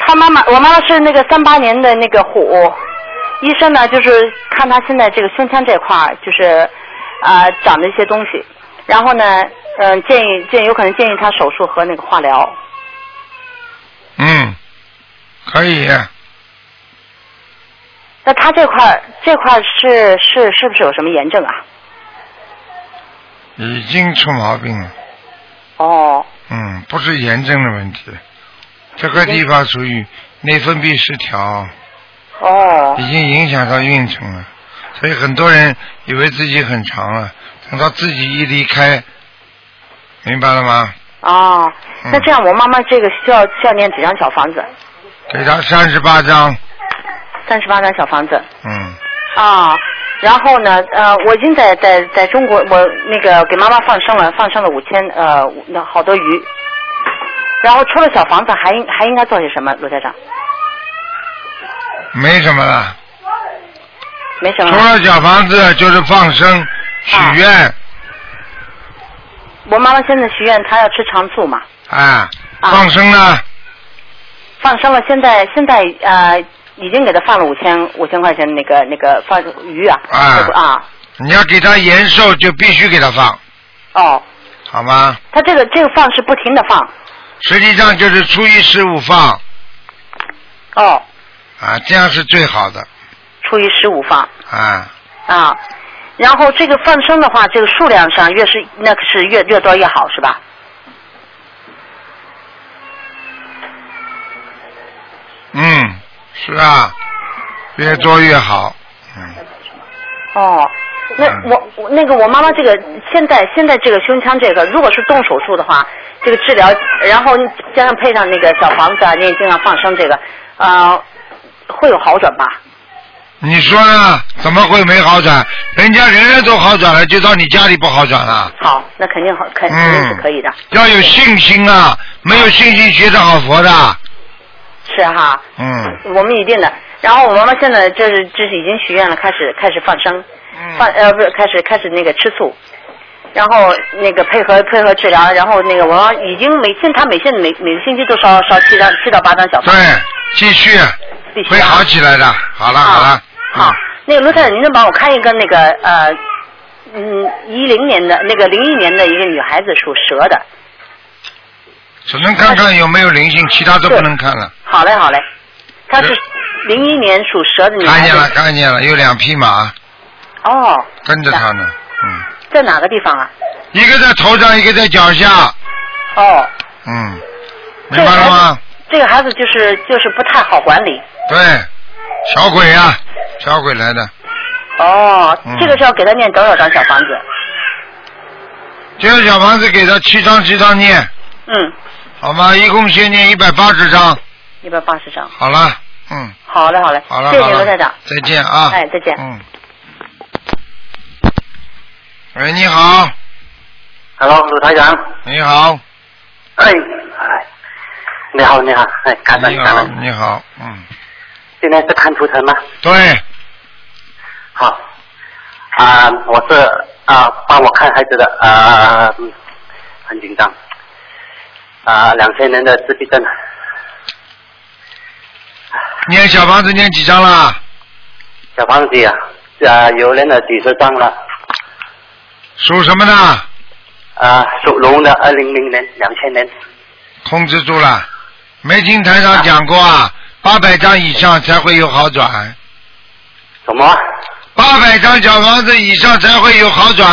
[SPEAKER 10] 她妈妈，我妈妈是那个三八年的那个虎，医生呢就是看她现在这个胸腔这块儿就是啊、长的一些东西，然后呢嗯、建议建议有可能建议她手术和那个化疗。
[SPEAKER 1] 嗯，可以。啊
[SPEAKER 10] 那他这块儿这块儿是是是不是有什么炎症啊？
[SPEAKER 1] 已经出毛病了。
[SPEAKER 10] 哦，
[SPEAKER 1] 嗯，不是炎症的问题，这个地方属于内分泌失调，
[SPEAKER 6] 哦，
[SPEAKER 1] 已经影响到运程了，所以很多人以为自己很长了，等到自己一离开，明白了吗？
[SPEAKER 10] 哦，那这样我妈妈这个需要需要念几张小房子？
[SPEAKER 1] 给他三十八张，
[SPEAKER 10] 三十八张小房子。
[SPEAKER 1] 嗯，
[SPEAKER 10] 啊，然后呢，呃，我已经在在在中国，我那个给妈妈放生了，放生了五千呃，五那好多鱼。然后除了小房子，还应还应该做些什么，罗台长？
[SPEAKER 1] 没什么了。
[SPEAKER 10] 没什么
[SPEAKER 1] 除
[SPEAKER 10] 了。
[SPEAKER 1] 了小房子就是放生、许愿，
[SPEAKER 10] 我妈妈现在许愿，她要吃长素嘛，
[SPEAKER 1] 啊，放生呢，
[SPEAKER 10] 放生了，现在现在呃，已经给她放了五千五千块钱那个那个放鱼啊
[SPEAKER 1] 啊
[SPEAKER 10] 啊
[SPEAKER 1] 你要给他延寿就必须给他放，
[SPEAKER 10] 哦，
[SPEAKER 1] 好吗？
[SPEAKER 10] 她这个这个放是不停的放
[SPEAKER 1] 实际上就是初一十五放
[SPEAKER 10] 哦，
[SPEAKER 1] 啊，这样是最好的
[SPEAKER 10] 初一十五放
[SPEAKER 1] 啊。
[SPEAKER 10] 啊，然后这个放生的话，这个数量上越是那个是越越多越好是吧？
[SPEAKER 1] 嗯，是啊，越多越好。
[SPEAKER 10] 哦，那我我那个我妈妈这个现在现在这个胸腔这个，如果是动手术的话，这个治疗，然后加上配上那个小房子啊、念经啊、放生这个，呃，会有好转吧？
[SPEAKER 1] 你说呢？怎么会没好转？人家人人都好转了，就到你家里不好转了。
[SPEAKER 10] 好，那肯定好，肯肯定是可以的，
[SPEAKER 1] 要有信心啊！没有信心学得好佛的。
[SPEAKER 10] 是哈，
[SPEAKER 1] 嗯，
[SPEAKER 10] 我们一定的。然后我妈妈现在这是这是已经许愿了，开始开始放生，
[SPEAKER 1] 嗯
[SPEAKER 10] 放呃不是开始开始那个吃素，然后那个配合配合治疗，然后那个我妈已经每现她每现每每个星期都烧烧七张七到八张小房
[SPEAKER 1] 对，继续
[SPEAKER 10] 必须
[SPEAKER 1] 会
[SPEAKER 10] 啊
[SPEAKER 1] 好起来的。好了好了，嗯
[SPEAKER 10] 好，那个罗太太，您能帮我看一个那个呃，嗯，一零年的那个零一年的一个女孩子属蛇的。
[SPEAKER 1] 只能看看有没有灵性，其他都不能看了。
[SPEAKER 10] 好嘞，好嘞，她是零一年属蛇的女
[SPEAKER 1] 嗯看
[SPEAKER 10] 孩
[SPEAKER 1] 见了
[SPEAKER 10] 子。
[SPEAKER 1] 看见了，有两匹马
[SPEAKER 10] 哦，
[SPEAKER 1] 跟着他呢，嗯，
[SPEAKER 10] 在哪个地方啊？
[SPEAKER 1] 一个在头上，一个在脚下，
[SPEAKER 10] 哦，
[SPEAKER 1] 嗯，明白了吗？
[SPEAKER 10] 这个孩子就是就是不太好管理。
[SPEAKER 1] 对，小鬼啊，小鬼来的，
[SPEAKER 10] 哦，
[SPEAKER 1] 嗯
[SPEAKER 10] 这个是要给她念多少张小房子？
[SPEAKER 1] 这个小房子给他七张七张念，
[SPEAKER 10] 嗯，
[SPEAKER 1] 好吗？一共先念一百八十张，
[SPEAKER 10] 一百八十张。
[SPEAKER 1] 好了，嗯，
[SPEAKER 10] 好嘞，好嘞，
[SPEAKER 1] 好了，
[SPEAKER 10] 谢谢
[SPEAKER 1] 好了
[SPEAKER 10] 罗台长。
[SPEAKER 1] 再见啊，
[SPEAKER 10] 哎，再见。
[SPEAKER 1] 嗯。喂，你好，
[SPEAKER 11] Hello，鲁台长。
[SPEAKER 1] 你好，
[SPEAKER 11] 哎，你好，你好，哎，感恩
[SPEAKER 1] 你
[SPEAKER 11] 感
[SPEAKER 1] 好，
[SPEAKER 11] 恩。
[SPEAKER 1] 你好，嗯，
[SPEAKER 11] 今天是看图腾吗？
[SPEAKER 1] 对，
[SPEAKER 11] 好。啊、我是啊、帮我看孩子的啊、嗯很紧张。啊、两千年的自闭症，
[SPEAKER 1] 念小房子念几张啦？
[SPEAKER 11] 小胖子啊，啊、有人的几十张了，
[SPEAKER 1] 属什么的？
[SPEAKER 11] 啊、属龙的，二零零年，两千年，
[SPEAKER 1] 控制住了，没听台长讲过啊，八百张以上才会有好转，
[SPEAKER 11] 什么
[SPEAKER 1] 八百张小房子以上才会有好转。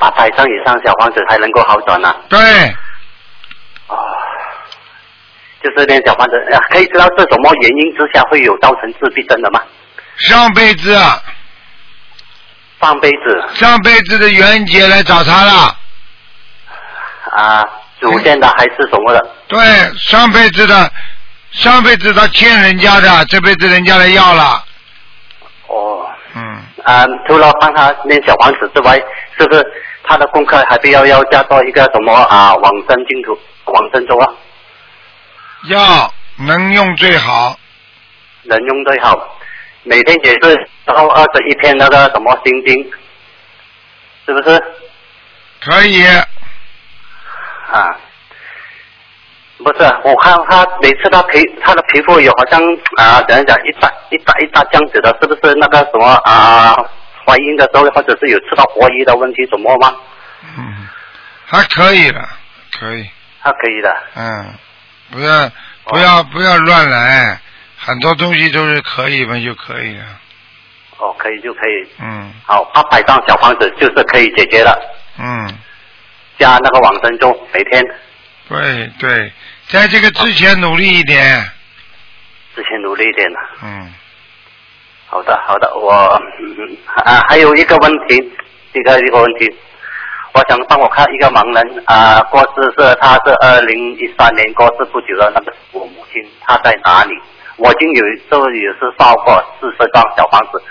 [SPEAKER 11] 八百张以上小房子才能够好转呢、啊？
[SPEAKER 1] 对，
[SPEAKER 11] 就是练小房子，啊可以知道是什么原因之下会有造成自闭症的吗？
[SPEAKER 1] 上辈子啊，
[SPEAKER 11] 上辈子
[SPEAKER 1] 上辈子的缘劫来找他了，
[SPEAKER 11] 啊，祖先的还是什么的？
[SPEAKER 1] 对，上辈子的，上辈子他欠人家的，这辈子人家来要了，
[SPEAKER 11] 哦，
[SPEAKER 1] 嗯，
[SPEAKER 11] 啊，除了帮他练小房子之外，是不是他的功课还必要要加多一个什么啊往生净土、往生咒啊？
[SPEAKER 1] 要能用最好，
[SPEAKER 11] 能用最好，每天也是抄二十一篇那个什么心经，是不是
[SPEAKER 1] 可以，
[SPEAKER 11] 啊？不是，我看他每次他皮他的皮肤有好像啊，怎样讲一打一打一打这样子的，是不是那个什么啊？怀孕的时候或者是有吃到活鱼的问题什么吗？
[SPEAKER 1] 嗯，还可以了，可以，
[SPEAKER 11] 他可以的。
[SPEAKER 1] 嗯，不要不要
[SPEAKER 11] 哦
[SPEAKER 1] 不要乱来，很多东西都是可以嘛就可以了，
[SPEAKER 11] 哦，可以就可以。
[SPEAKER 1] 嗯
[SPEAKER 11] 好，八百张小房子就是可以解决了，
[SPEAKER 1] 嗯，
[SPEAKER 11] 加那个往生咒，每天
[SPEAKER 1] 对对，在这个之前努力一点，
[SPEAKER 11] 之前努力一点了。
[SPEAKER 1] 嗯，
[SPEAKER 11] 好的，好的，我 嗯啊还有一个问题，一个一个问题，我想帮我看一个盲人啊，过世是他是二零一三年过世不久的那个我母亲，她在哪里？我已经有这也是烧过四十张小房子，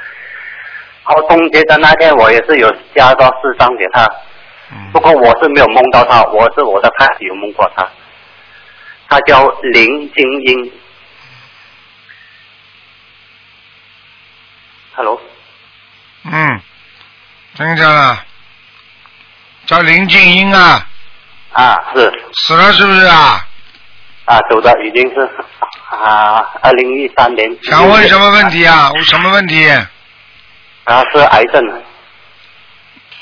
[SPEAKER 11] 好终结的那天我也是有加到四张给他，不过我是没有梦到他，我是我的太太有梦过他，他叫林金英。Hello，
[SPEAKER 1] 嗯，听见了，叫林静英啊，
[SPEAKER 11] 啊是
[SPEAKER 1] 死了是不是啊？
[SPEAKER 11] 啊走的已经是啊二零一三年。
[SPEAKER 1] 想问什么问题啊？有什么问题？
[SPEAKER 11] 啊是癌症，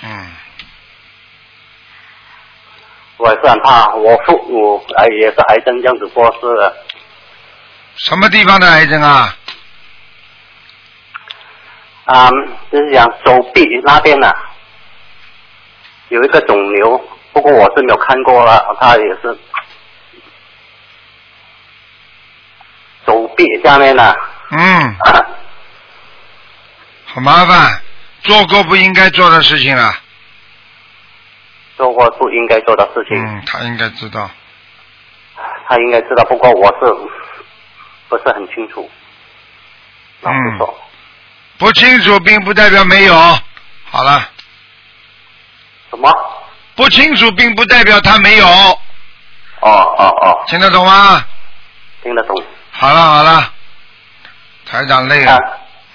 [SPEAKER 1] 嗯，
[SPEAKER 11] 我也是很怕，我父我哎也是癌症这样子过世了。
[SPEAKER 1] 什么地方的癌症啊？
[SPEAKER 11] 啊、就是讲手臂那边呢、有一个肿瘤，不过我是没有看过了，它也是手臂下面啊呢、
[SPEAKER 1] 嗯，好麻烦，做过不应该做的事情了。
[SPEAKER 11] 做过不应该做的事情，
[SPEAKER 1] 嗯，他应该知道。
[SPEAKER 11] 他应该知道，不过我是不是很清楚。
[SPEAKER 1] 嗯，不清楚并不代表没有。好了。
[SPEAKER 11] 什么？
[SPEAKER 1] 不清楚并不代表他没有。哦
[SPEAKER 11] 哦哦。
[SPEAKER 1] 听得懂吗？
[SPEAKER 11] 听得懂。
[SPEAKER 1] 好了好了，台长累了。
[SPEAKER 11] 啊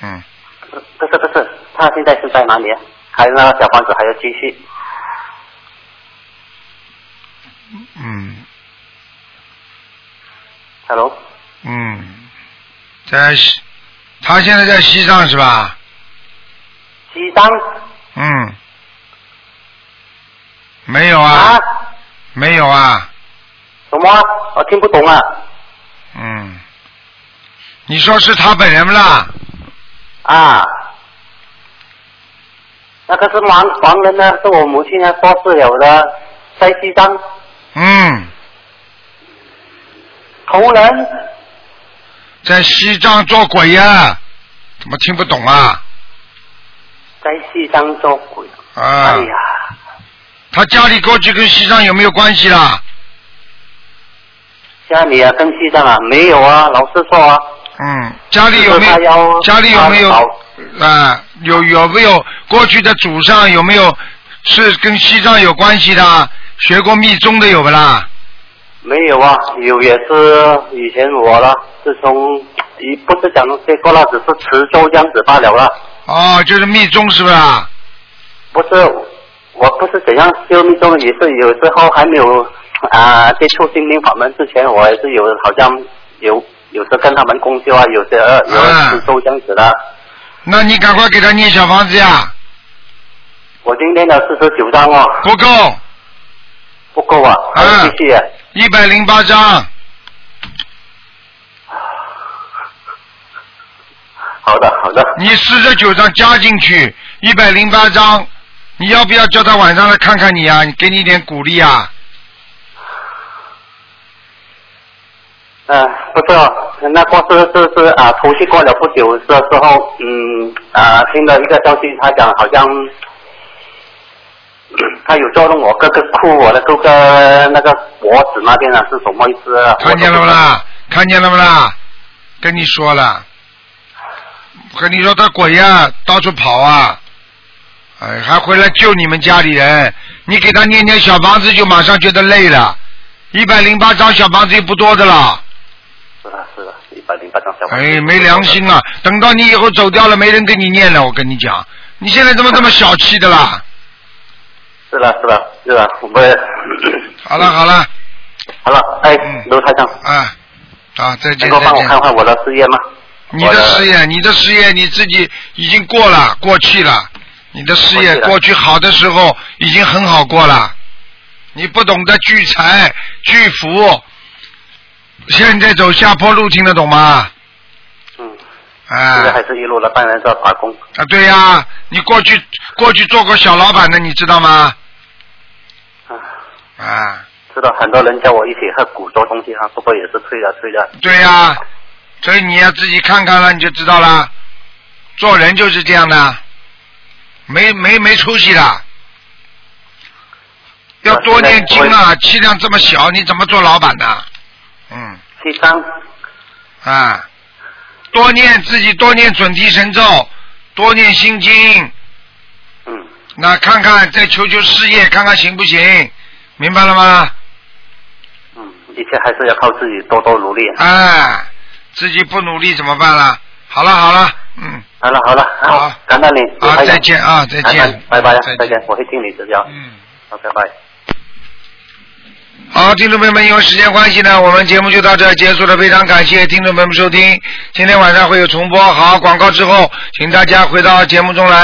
[SPEAKER 1] 嗯。
[SPEAKER 11] 不是不是，他现在是在哪里啊？还是那个小房子还要继续？
[SPEAKER 1] 嗯
[SPEAKER 11] Hello，
[SPEAKER 1] 嗯，在西，他现在在西藏是吧？
[SPEAKER 11] 西藏
[SPEAKER 1] 嗯。没有啊。没有啊。
[SPEAKER 11] 什么？我听不懂啊。
[SPEAKER 1] 嗯。你说是他本人不啦？
[SPEAKER 11] 啊。那个是盲盲人呢，是我母亲呢过世了的，在西藏
[SPEAKER 1] 嗯，
[SPEAKER 11] 头人
[SPEAKER 1] 在西藏做鬼呀、怎么听不懂啊？
[SPEAKER 11] 在西藏做鬼。
[SPEAKER 1] 啊。
[SPEAKER 11] 哎呀，
[SPEAKER 1] 他家里过去跟西藏有没有关系啦？
[SPEAKER 11] 家里啊跟西藏啊没有啊，老师说啊，
[SPEAKER 1] 嗯，家里有
[SPEAKER 11] 就
[SPEAKER 1] 没
[SPEAKER 11] 是他要
[SPEAKER 1] 有？家里有没有
[SPEAKER 11] 他？
[SPEAKER 1] 啊，有有没有过去的祖上有没有是跟西藏有关系的？学过密宗的有不啦？
[SPEAKER 11] 没有啊，有也是以前我了，自从一不是讲这个了，只是持咒这样子罢了了，
[SPEAKER 1] 哦，就是密宗是不啦？
[SPEAKER 11] 不是我不是怎样修密宗，也是有时候还没有啊接触心灵法门之前，我也是有好像有有时跟他们共修啊，有时候有
[SPEAKER 1] 啊
[SPEAKER 11] 时候持咒这样子的。
[SPEAKER 1] 那你赶快给他念小房子呀，
[SPEAKER 11] 我今天的四十九章哦，
[SPEAKER 1] 不够嗯
[SPEAKER 11] 不够啊，还要继续啊。
[SPEAKER 1] 一百零八张。
[SPEAKER 11] 好的，好的。
[SPEAKER 1] 你四十九张加进去，一百零八张，你要不要叫他晚上来看看你啊？你给你一点鼓励啊？
[SPEAKER 11] 嗯、不是哦，那过是是是啊，除夕过了不久的时候，嗯啊，听了一个消息，他讲好像 他有捉弄我哥哥哭我的哥哥那个脖子那边啊是什么意思啊？
[SPEAKER 1] 看见了不啦？看见了不啦？跟你说了，跟你说他鬼呀、到处跑啊，哎，还回来救你们家里人。你给他念念小房子，就马上觉得累了。一百零八张小房子又不多的了，
[SPEAKER 11] 是的，是的，啊一百零八张小房子
[SPEAKER 1] 哎，没良心啊！等到你以后走掉了，没人给你念了，我跟你讲，你现在怎么这么小气的啦？
[SPEAKER 11] 是的，是的，是的，我们
[SPEAKER 1] 好了好了，
[SPEAKER 11] 好了，哎，刘台长，
[SPEAKER 1] 啊啊，再
[SPEAKER 11] 能
[SPEAKER 1] 见
[SPEAKER 11] 够
[SPEAKER 1] 再
[SPEAKER 11] 帮我
[SPEAKER 1] 见。
[SPEAKER 11] 看看我的事业吗？
[SPEAKER 1] 你的事业，你的事业你自己已经过了，过去了。你的事业
[SPEAKER 11] 过去了
[SPEAKER 1] 过去好的时候已经很好过了，你不懂得聚财聚福，现在走下坡路，听得懂吗？
[SPEAKER 11] 嗯。现在
[SPEAKER 1] 啊
[SPEAKER 11] 还是一路的帮人做打工，
[SPEAKER 1] 啊，对呀、你过去过去做过小老板的，你知道吗？啊。
[SPEAKER 11] 是的，很多人叫我一起喝古粥东西，他不过也是啊退了退了。
[SPEAKER 1] 对呀、所以你要自己看看了，你就知道啦。做人就是这样的，没没没出息的。要多念经啊！气量这么小，你怎么做老板呢？嗯。
[SPEAKER 11] 第三。
[SPEAKER 1] 啊，多念自己，多念准提神咒，多念心经。
[SPEAKER 11] 嗯。
[SPEAKER 1] 那看看，再求求事业，看看行不行？明白了吗？
[SPEAKER 11] 嗯一切还是要靠自己多多努力。啊
[SPEAKER 1] 哎，自己不努力怎么办啦？好了好了，嗯，
[SPEAKER 11] 好了好了，好，感恩你，
[SPEAKER 1] 好
[SPEAKER 11] 台长
[SPEAKER 1] 再见啊再见
[SPEAKER 11] 感恩拜拜啊，再见，我会听你指教。
[SPEAKER 1] 嗯，
[SPEAKER 11] 好，拜拜。
[SPEAKER 1] 好，听众朋友们，因为时间关系呢，我们节目就到这儿结束了。非常感谢听众朋友们收听，今天晚上会有重播。好，广告之后，请大家回到节目中来。